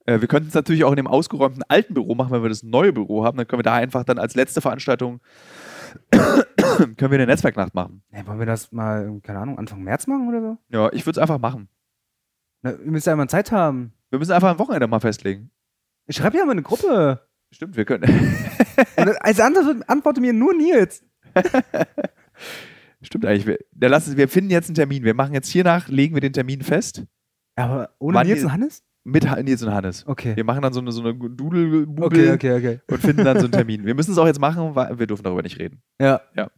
A: Äh, wir könnten es natürlich auch in dem ausgeräumten alten Büro machen, wenn wir das neue Büro haben. Dann können wir da einfach dann als letzte Veranstaltung können wir eine Netzwerknacht machen.
B: Nee, wollen wir das mal, keine Ahnung, Anfang März machen oder so?
A: Ja, ich würde es einfach machen.
B: Na, ihr müsst ja einmal Zeit haben.
A: Wir müssen einfach am Wochenende mal festlegen.
B: Ich schreibe ja mal eine Gruppe.
A: Stimmt, wir können.
B: Und als Antwort antworte mir nur Nils.
A: Stimmt eigentlich. Wir, dann lass es, wir finden jetzt einen Termin. Wir machen jetzt hiernach, legen wir den Termin fest
B: Aber ohne
A: Wann
B: Nils
A: ihr-
B: und Hannes?
A: Mit Ha- Nils und Hannes.
B: Okay.
A: Wir machen dann so eine, so eine Doodle-Bubel
B: Okay, okay, okay.
A: und finden dann so einen Termin. Wir müssen es auch jetzt machen, weil wir dürfen darüber nicht reden.
B: Ja.
A: Ja.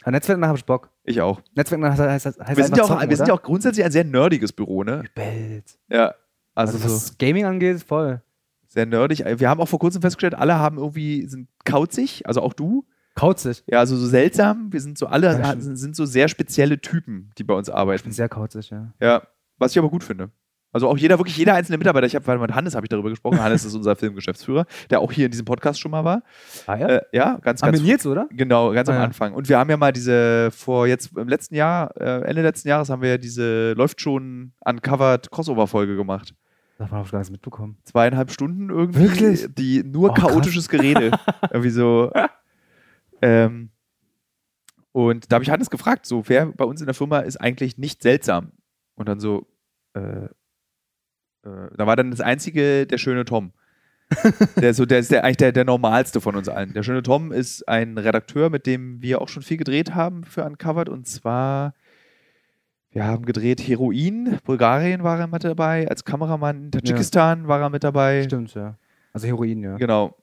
B: Aber Netzwerknacht habe ich Bock.
A: Ich auch.
B: Netzwerknacht heißt, heißt, heißt
A: Wir sind, ja
B: einfach
A: auch
B: zocken,
A: wir sind ja
B: oder?
A: auch grundsätzlich ein sehr nerdiges Büro, ne?
B: Gebellt.
A: Ja. Also,
B: Also,
A: so
B: was Gaming angeht, voll.
A: sehr nerdig. Wir haben auch vor kurzem festgestellt, alle haben irgendwie, sind kauzig, also auch du.
B: Kauzig.
A: Ja, also so seltsam. Wir sind so alle,
B: Ja, stimmt.
A: sind, sind so sehr spezielle Typen, die bei uns
B: Ich bin
A: arbeiten.
B: sehr kauzig, ja.
A: Ja, was ich aber gut finde. Also auch jeder, wirklich jeder einzelne Mitarbeiter. Ich habe, weil mit Hannes habe ich darüber gesprochen. Hannes ist unser Filmgeschäftsführer, der auch hier in diesem Podcast schon mal war.
B: Ah ja?
A: Ja, äh, ja ganz,
B: Ah,
A: ganz
B: mit Nils, oder?
A: Genau, ganz
B: Ah,
A: am
B: ja.
A: Anfang. Und wir haben ja mal diese, vor jetzt im letzten Jahr, äh, Ende letzten Jahres haben wir ja diese läuft schon uncovered Crossover-Folge gemacht.
B: Davon habe ich gar nichts mitbekommen.
A: Zweieinhalb Stunden irgendwie.
B: Wirklich?
A: Die nur
B: Oh, krass.
A: chaotisches Gerede. irgendwie so. Ähm, und da habe ich Hannes gefragt, so, wer bei uns in der Firma ist eigentlich nicht seltsam? Und dann so, äh, äh, da war dann das einzige, der schöne Tom. der, ist so, der ist der, eigentlich der, der normalste von uns allen. Der schöne Tom ist ein Redakteur, mit dem wir auch schon viel gedreht haben für Uncovered. Und zwar, wir haben gedreht Heroin, Bulgarien war er mit dabei, als Kameramann, Tadschikistan war er mit dabei.
B: Stimmt, ja. Also Heroin, ja.
A: Genau.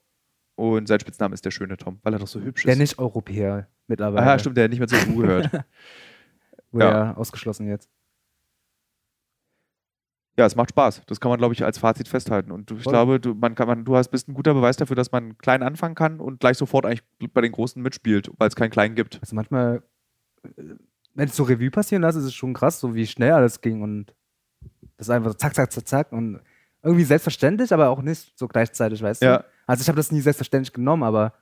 A: Und sein Spitzname ist der schöne Tom, weil er doch so hübsch
B: Der
A: ist.
B: nicht Europäer mittlerweile.
A: Ah, ja, stimmt, der hat nicht mehr zur EU gehört.
B: Wurde
A: ja.
B: ja. ausgeschlossen jetzt.
A: ja, es macht Spaß. Das kann man, glaube ich, als Fazit festhalten. Und du- ich
B: Voll.
A: glaube, du, man kann, man, du hast, bist ein guter Beweis dafür, dass man klein anfangen kann und gleich sofort eigentlich bei den Großen mitspielt, weil es keinen Kleinen gibt.
B: Also manchmal, äh, wenn ich so Revue passieren lasse, ist es schon krass, so wie schnell alles ging und das ist einfach so zack, zack, zack, zack und irgendwie selbstverständlich, aber auch nicht so gleichzeitig, weißt
A: Ja.
B: du? Also ich habe das nie selbstverständlich genommen, aber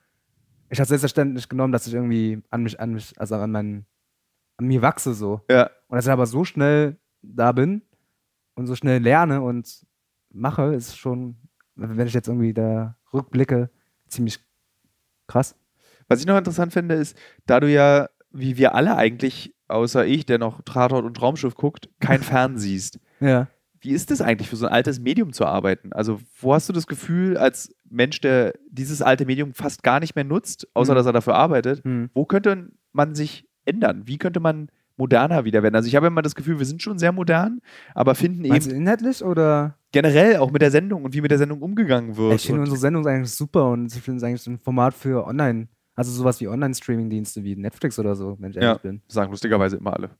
B: ich habe selbstverständlich genommen, dass ich irgendwie an mich, an mich, also an meinen, an mir wachse so.
A: Ja,
B: Und dass ich aber so schnell da bin und so schnell lerne und mache, ist schon, wenn ich jetzt irgendwie da rückblicke, ziemlich krass.
A: Was ich noch interessant finde, ist, da du ja, wie wir alle eigentlich, außer ich, der noch Tatort und Raumschiff guckt, kein Fern siehst.
B: Ja.
A: Wie ist es eigentlich für so ein altes Medium zu arbeiten? Also, wo hast du das Gefühl, als Mensch, der dieses alte Medium fast gar nicht mehr nutzt, außer
B: Hm.
A: dass er dafür arbeitet,
B: Hm.
A: wo könnte man sich ändern? Wie könnte man moderner wieder werden? Also, ich habe immer das Gefühl, wir sind schon sehr modern, aber finden
B: Meinst
A: eben
B: du inhaltlich oder?
A: generell auch mit der Sendung und wie mit der Sendung umgegangen wird.
B: Ich finde
A: und-
B: unsere Sendung ist eigentlich super und ich finde es eigentlich ein Format für Online, also sowas wie Online-Streaming-Dienste wie Netflix oder so, wenn ich ehrlich
A: Ja.
B: bin.
A: sagen lustigerweise immer alle.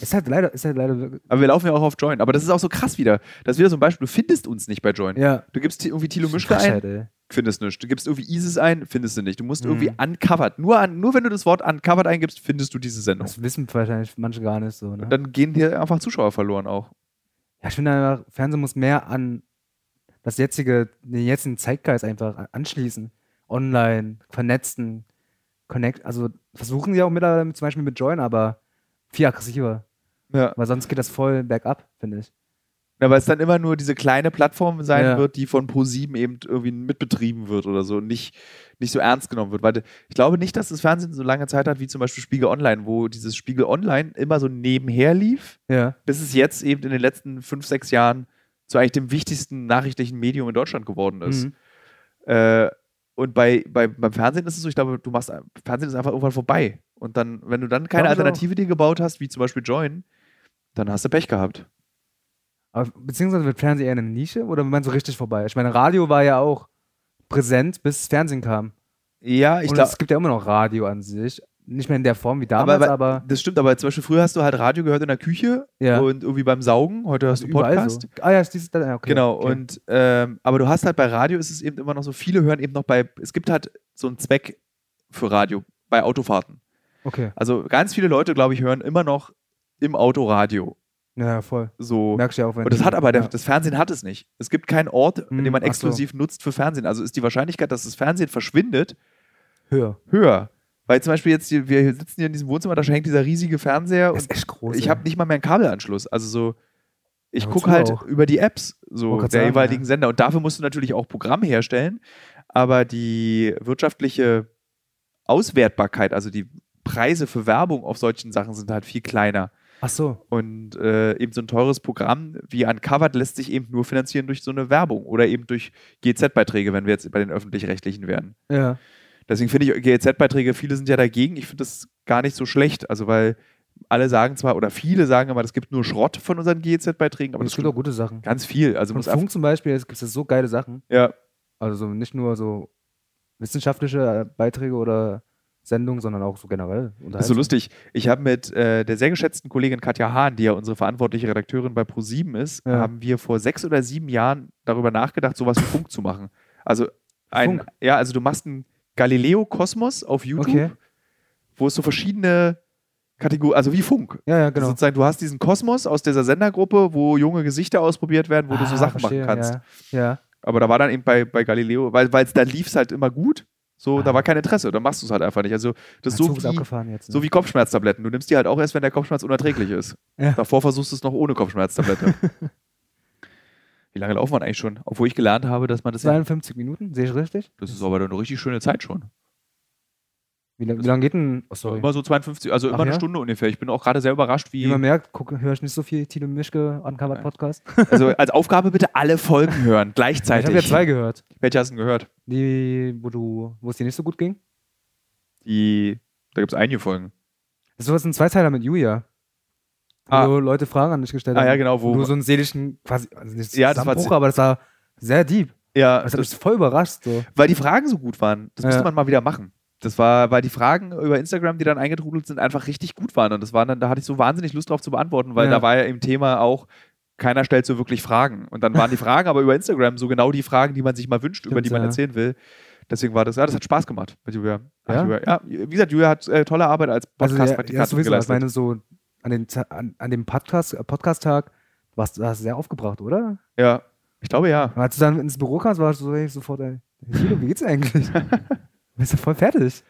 B: Ist halt leider, ist halt leider wirklich.
A: Aber wir laufen ja auch auf Join. Aber das ist auch so krass wieder. Das ist wieder so ein Beispiel, du findest uns nicht bei Join.
B: Ja.
A: Du gibst hier irgendwie Thilo Mischke ein,
B: Frechheit, ey.
A: findest nichts. Du gibst irgendwie ISIS ein, findest du nicht. Du musst
B: Mhm.
A: irgendwie uncovered. Nur, an, nur wenn du das Wort uncovered eingibst, findest du diese Sendung.
B: Das wissen wahrscheinlich manche gar nicht so. Ne?
A: Und dann gehen hier einfach Zuschauer verloren auch.
B: Ja, ich finde einfach, Fernsehen muss mehr an das jetzige, den jetzigen Zeitgeist einfach a- anschließen. Online, vernetzen, connect. Also versuchen sie auch mittlerweile mit- zum Beispiel mit Join, aber viel aggressiver.
A: Ja.
B: Weil sonst geht das voll bergab, finde ich.
A: Ja, weil es dann immer nur diese kleine Plattform sein
B: Ja.
A: wird, die von Pro7 eben irgendwie mitbetrieben wird oder so und nicht, nicht so ernst genommen wird. Weil ich glaube nicht, dass das Fernsehen so lange Zeit hat wie zum Beispiel Spiegel Online, wo dieses Spiegel Online immer so nebenher lief,
B: Ja.
A: bis es jetzt eben in den letzten fünf, sechs Jahren zu eigentlich dem wichtigsten nachrichtlichen Medium in Deutschland geworden ist.
B: Mhm.
A: Äh, und bei, bei, beim Fernsehen ist es so, ich glaube, du machst, Fernsehen ist einfach irgendwann vorbei. Und dann, wenn du dann keine
B: Glaub ich
A: Alternative dir gebaut hast, wie zum Beispiel Join, dann hast du Pech gehabt.
B: Aber, beziehungsweise wird Fernsehen eher eine Nische oder wenn man so richtig vorbei? Ich meine, Radio war ja auch präsent, bis das Fernsehen kam.
A: Ja,
B: Ich
A: ich
B: Und
A: glaube.
B: es gibt ja immer noch Radio an sich. Nicht mehr in der Form wie
A: Aber,
B: damals,
A: aber,
B: aber,
A: das stimmt, aber zum Beispiel früher hast du halt Radio gehört in der Küche
B: Ja.
A: und irgendwie beim Saugen, heute hörst du
B: überall
A: Podcast.
B: so. Ah ja, dies, da, ja, okay,
A: Genau,
B: okay.
A: und ähm, aber du hast halt bei Radio ist es eben immer noch so, viele hören eben noch bei, es gibt halt so einen Zweck für Radio, bei Autofahrten.
B: Okay,
A: Also ganz viele Leute, glaube ich, hören immer noch im Auto Radio.
B: ja, voll.
A: So.
B: Merkst du ja auch, wenn
A: Und das
B: du-
A: hat aber, der,
B: ja.
A: das Fernsehen hat es nicht. Es gibt keinen Ort,
B: Hm,
A: den man
B: ach so.
A: exklusiv nutzt für Fernsehen. Also ist die Wahrscheinlichkeit, dass das Fernsehen verschwindet,
B: höher.
A: höher. Weil zum Beispiel jetzt, hier, wir sitzen hier in diesem Wohnzimmer, da hängt dieser riesige Fernseher
B: Das
A: und
B: ist echt groß.
A: ich
B: ey.
A: habe nicht mal mehr einen Kabelanschluss. Also so, ich
B: Ja,
A: gucke
B: wozu
A: halt
B: auch?
A: über die Apps so
B: Wollte
A: der
B: grad sagen,
A: jeweiligen Sender. Und dafür musst du natürlich auch Programm herstellen. Aber die wirtschaftliche Auswertbarkeit, also die Preise für Werbung auf solchen Sachen sind halt viel kleiner.
B: Ach so,
A: Und äh, eben so ein teures Programm wie Uncovered lässt sich eben nur finanzieren durch so eine Werbung oder eben durch GZ-Beiträge, wenn wir jetzt bei den öffentlich-rechtlichen wären.
B: ja.
A: Deswegen finde ich GZ-Beiträge, viele sind ja dagegen. Ich finde das gar nicht so schlecht. Also, weil alle sagen zwar, oder viele sagen immer, es gibt nur Schrott von unseren GEZ-Beiträgen, aber
B: Aber
A: das
B: es gibt auch
A: stimmt
B: gute Sachen.
A: ganz viel. Also
B: Von
A: muss einfach,
B: Funk zum Beispiel es gibt es so geile Sachen.
A: ja,
B: Also so nicht nur so wissenschaftliche äh, Beiträge oder Sendungen, sondern auch so generell.
A: Das ist so lustig. Ich habe mit äh, der sehr geschätzten Kollegin Katja Hahn, die ja unsere verantwortliche Redakteurin bei ProSieben ist,
B: Ja.
A: haben wir vor sechs oder sieben Jahren darüber nachgedacht, sowas wie Funk zu machen. Also ein,
B: Funk?
A: ja, also du machst einen Galileo Kosmos auf YouTube,
B: Okay.
A: wo es so verschiedene Kategorien, also wie Funk.
B: Ja, ja, genau.
A: Sozusagen, du hast diesen Kosmos aus dieser Sendergruppe, wo junge Gesichter ausprobiert werden, wo du so
B: Ah,
A: Sachen
B: verstehe,
A: machen kannst.
B: Ja, ja.
A: Aber da war dann eben bei, bei Galileo, weil es da lief es halt immer gut, so, da
B: Ah.
A: war kein Interesse, da machst du es halt einfach nicht. Also das ist
B: Der
A: so
B: Zug ist
A: wie,
B: abgefahren jetzt. ne?
A: so wie Kopfschmerztabletten. Du nimmst die halt auch erst, wenn der Kopfschmerz unerträglich ist.
B: Ja.
A: Davor versuchst du es noch ohne Kopfschmerztablette. Wie lange laufen wir eigentlich schon? Obwohl ich gelernt habe, dass man das. Ja,
B: 52 Minuten, sehe ich richtig?
A: das ist aber eine richtig schöne Zeit schon.
B: Wie, lang- wie lange geht denn? Oh, sorry.
A: Immer so 52, also immer
B: Ach
A: eine
B: ja?
A: Stunde ungefähr. Ich bin auch gerade sehr überrascht,
B: Wie
A: wie.
B: man merkt, guck, höre ich nicht so viel Tilo Mischke Uncovered
A: Nein.
B: Podcast.
A: Also als Aufgabe bitte alle Folgen hören,
B: Ich
A: gleichzeitig.
B: habe ja zwei gehört,
A: Welche hast du denn gehört?
B: die, wo du, wo es dir nicht so gut ging.
A: Die. Da gibt es einige Folgen.
B: Das war ein Zweiteiler mit Julia. Wo
A: Ah.
B: du Leute Fragen an dich gestellt
A: Ah,
B: haben.
A: ja, genau, wo-
B: Wo du so einen seelischen, quasi, also nicht
A: Ja, das war
B: Zusammenbruch,
A: zi-
B: aber das war sehr deep. Also
A: Ja,
B: Das hat mich voll überrascht. So.
A: weil die Fragen so gut waren. Das
B: Ja.
A: müsste man mal wieder machen. Das war, weil die Fragen über Instagram, die dann eingetrudelt sind, einfach richtig gut waren. Und das waren dann, da hatte ich so wahnsinnig Lust drauf zu beantworten, weil
B: Ja.
A: da war ja im Thema auch, keiner stellt so wirklich Fragen. Und dann waren die Fragen aber über Instagram so genau die Fragen, die man sich mal wünscht, über die man
B: ja.
A: erzählen will. Deswegen war das, ja, das hat Spaß gemacht mit Julia. Ach,
B: Ja? Also
A: Julia. ja wie gesagt, Julia hat äh, tolle Arbeit als Podcast-Praktikantin
B: ja, sowieso, ich
A: geleistet.
B: meine, so an, den, Ta- an, an dem Podcast, äh, Podcast-Tag warst du warst du sehr aufgebracht, oder?
A: ja, ich glaube ja.
B: Und als du dann ins Büro kamst, warst du so, ey, sofort, ey, Tilo, wie geht's dir eigentlich? Bist du voll fertig?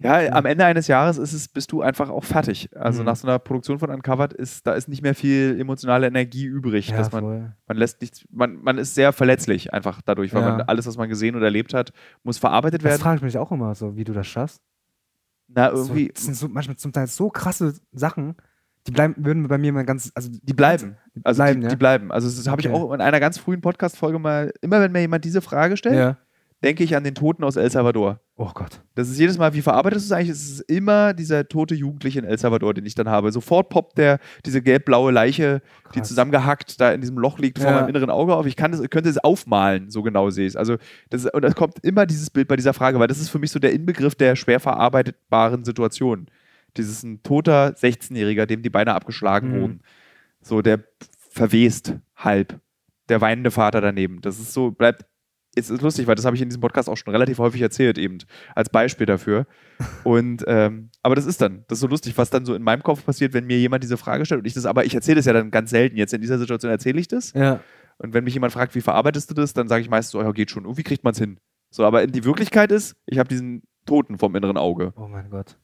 A: Ja, am Ende eines Jahres ist es, bist du einfach auch fertig. Also
B: Mhm.
A: nach so einer Produktion von Uncovered ist, da ist nicht mehr viel emotionale Energie übrig, dass man
B: voll.
A: Man lässt nichts, man, man ist sehr verletzlich einfach dadurch, weil
B: Ja.
A: man alles, was man gesehen oder erlebt hat, muss verarbeitet
B: Das
A: werden. Äh,
B: frage ich mich auch immer so, wie du das schaffst.
A: Na,
B: So,
A: irgendwie,
B: das sind so, manchmal zum Teil so krasse Sachen, die bleiben, würden bei mir mein ganzes, also
A: die bleiben. Also
B: bleiben,
A: die,
B: ja.
A: die bleiben. Also das habe ich
B: Okay.
A: auch in einer ganz frühen Podcast-Folge mal, immer wenn mir jemand diese Frage stellt,
B: ja.
A: denke ich an den Toten aus El Salvador.
B: Oh Gott.
A: Das ist jedes Mal, wie verarbeitest du es eigentlich? Es ist immer dieser tote Jugendliche in El Salvador, den ich dann habe. Sofort poppt der, diese gelb-blaue Leiche, die
B: Krass.
A: zusammengehackt da in diesem Loch liegt, vor
B: Oh Ja.
A: meinem inneren Auge auf. Ich kann das, ich könnte es aufmalen, so genau sehe ich es. Also, das, ist- und es kommt immer dieses Bild bei dieser Frage, weil das ist für mich so der Inbegriff der schwer verarbeitbaren Situation. Dieses ein toter 16-Jähriger, dem die Beine abgeschlagen
B: Mhm.
A: wurden. So, der verwest halb. Der weinende Vater daneben. Das ist so, bleibt. Es ist lustig, weil das habe ich in diesem Podcast auch schon relativ häufig erzählt, eben als Beispiel dafür. Und ähm, aber das ist dann, das ist so lustig, was dann so in meinem Kopf passiert, wenn mir jemand diese Frage stellt und ich das, aber ich erzähle das ja dann ganz selten. Jetzt in dieser Situation erzähle ich das.
B: Ja.
A: Und wenn mich jemand fragt, wie verarbeitest du das, dann sage ich meistens so, ja, geht schon, irgendwie kriegt man es hin. So, aber in die Wirklichkeit ist, ich habe diesen Toten vom inneren Auge.
B: Oh mein Gott.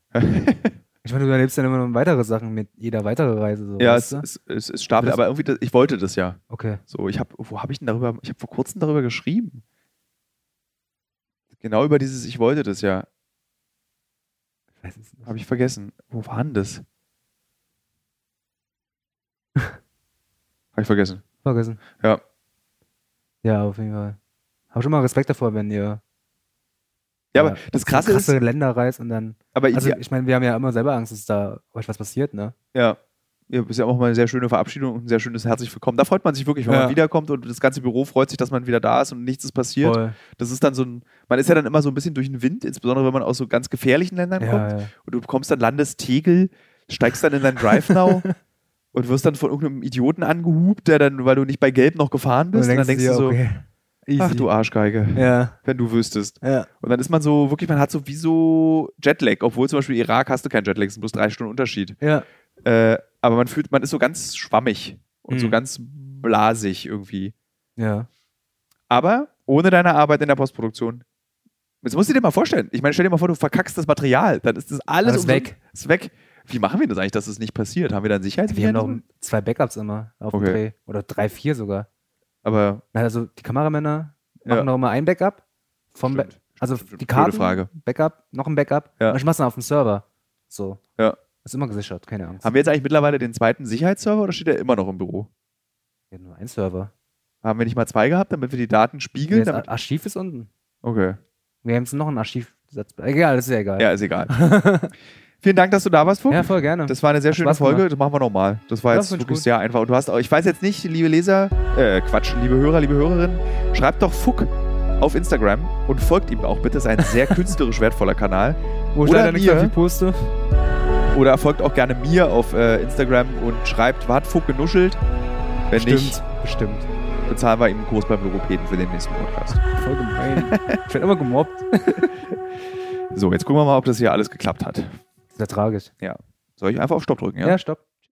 B: ich meine, du erlebst dann immer noch weitere Sachen mit jeder weitere Reise. So,
A: ja,
B: weißt
A: es,
B: du?
A: es, es, es stapelt,
B: Das-
A: aber irgendwie, das, ich wollte das ja.
B: Okay.
A: So, ich habe, wo habe ich denn darüber, ich habe vor kurzem darüber geschrieben. Genau über dieses, ich wollte das ja.
B: Ich weiß es nicht.
A: Habe ich vergessen. Wo war denn das? Habe ich vergessen.
B: Vergessen.
A: Ja.
B: Ja, auf jeden Fall. Hab schon mal Respekt davor, wenn ihr
A: Ja,
B: Ja,
A: aber das
B: krasse,
A: Krasse ist,
B: Länder reist und dann.
A: aber ich-
B: Also,
A: ja,
B: ich meine, wir haben ja immer selber Angst, dass da euch was passiert, ne?
A: ja, ja, ist ja auch mal eine sehr schöne Verabschiedung und ein sehr schönes herzlich willkommen. Da freut man sich wirklich, wenn
B: Ja.
A: man wiederkommt und das ganze Büro freut sich, dass man wieder da ist und nichts ist passiert.
B: Voll.
A: Das ist dann so ein, man ist ja dann immer so ein bisschen durch den Wind, insbesondere wenn man aus so ganz gefährlichen Ländern kommt.
B: Ja, ja.
A: und du bekommst dann Landestegel, steigst dann in dein Drive Now und wirst dann von irgendeinem Idioten angehupt, der dann, weil du nicht bei Gelb noch gefahren bist, und dann denkst du
B: dir,
A: so,
B: okay, easy.
A: ach du Arschgeige,
B: Ja,
A: wenn du wüsstest.
B: ja.
A: Und dann ist man so, wirklich, man hat so wie so Jetlag, obwohl zum Beispiel Irak hast du keinen Jetlag, es sind bloß drei Stunden Unterschied.
B: Ja.
A: Äh, aber man fühlt, man ist so ganz schwammig und so
B: Mhm.
A: ganz blasig irgendwie.
B: Ja.
A: Aber ohne deine Arbeit in der Postproduktion. Jetzt musst du dir mal vorstellen. Ich meine, stell dir mal vor, du verkackst das Material. Dann ist das alles,
B: Alles
A: umsonst-
B: weg.
A: Ist weg. Wie machen wir das eigentlich, dass es das nicht passiert? Haben wir dann
B: Wir haben noch
A: Sicherheitsmechanismen?
B: zwei Backups immer auf
A: Okay.
B: dem Dreh. Oder drei, vier sogar.
A: Aber
B: Na, also die Kameramänner machen
A: Ja.
B: noch immer ein Backup. Vom
A: Stimmt.
B: Ba- also
A: Stimmt, stimmt.
B: die
A: Blöde
B: Karten,
A: Frage.
B: Backup, noch ein Backup.
A: Ja.
B: Und ich mach's dann auf dem Server. So.
A: Ja.
B: Ist immer gesichert, keine Angst.
A: haben wir jetzt eigentlich mittlerweile den zweiten Sicherheitsserver oder steht der immer noch im Büro?
B: wir haben nur einen Server.
A: Haben wir nicht mal zwei gehabt, damit wir die Daten spiegeln?
B: Jetzt,
A: Damit,
B: Archiv ist unten.
A: okay.
B: Wir haben jetzt noch einen Archivsatz. Egal, das ist ja egal.
A: Ja, ist egal. Vielen Dank, dass du da warst, Fuchs.
B: Ja, voll gerne.
A: Das war eine sehr
B: Hat
A: schöne
B: Spaß
A: Folge.
B: gemacht.
A: Das machen wir nochmal. Das war
B: Ja,
A: jetzt
B: finde ich
A: wirklich
B: gut.
A: sehr einfach. Und du hast, auch- ich weiß jetzt nicht, liebe Leser, äh, Quatsch, liebe Hörer, liebe Hörerinnen, schreibt doch Fuck auf Instagram und folgt ihm auch bitte. Das ist ein sehr künstlerisch wertvoller Kanal.
B: Wo ich
A: Oder
B: leider nichts
A: mir.
B: auf die Poste.
A: Oder folgt auch gerne mir auf äh, Instagram und schreibt, hat Fuck genuschelt? Wenn nicht,
B: Bestimmt.
A: bezahlen wir ihm einen Kurs beim Logopäden für den nächsten Podcast.
B: Voll gemein. ich werde immer gemobbt.
A: So, jetzt gucken wir mal, ob das hier alles geklappt hat.
B: Sehr tragisch.
A: Soll ich einfach auf Stopp drücken?
B: Ja, stopp.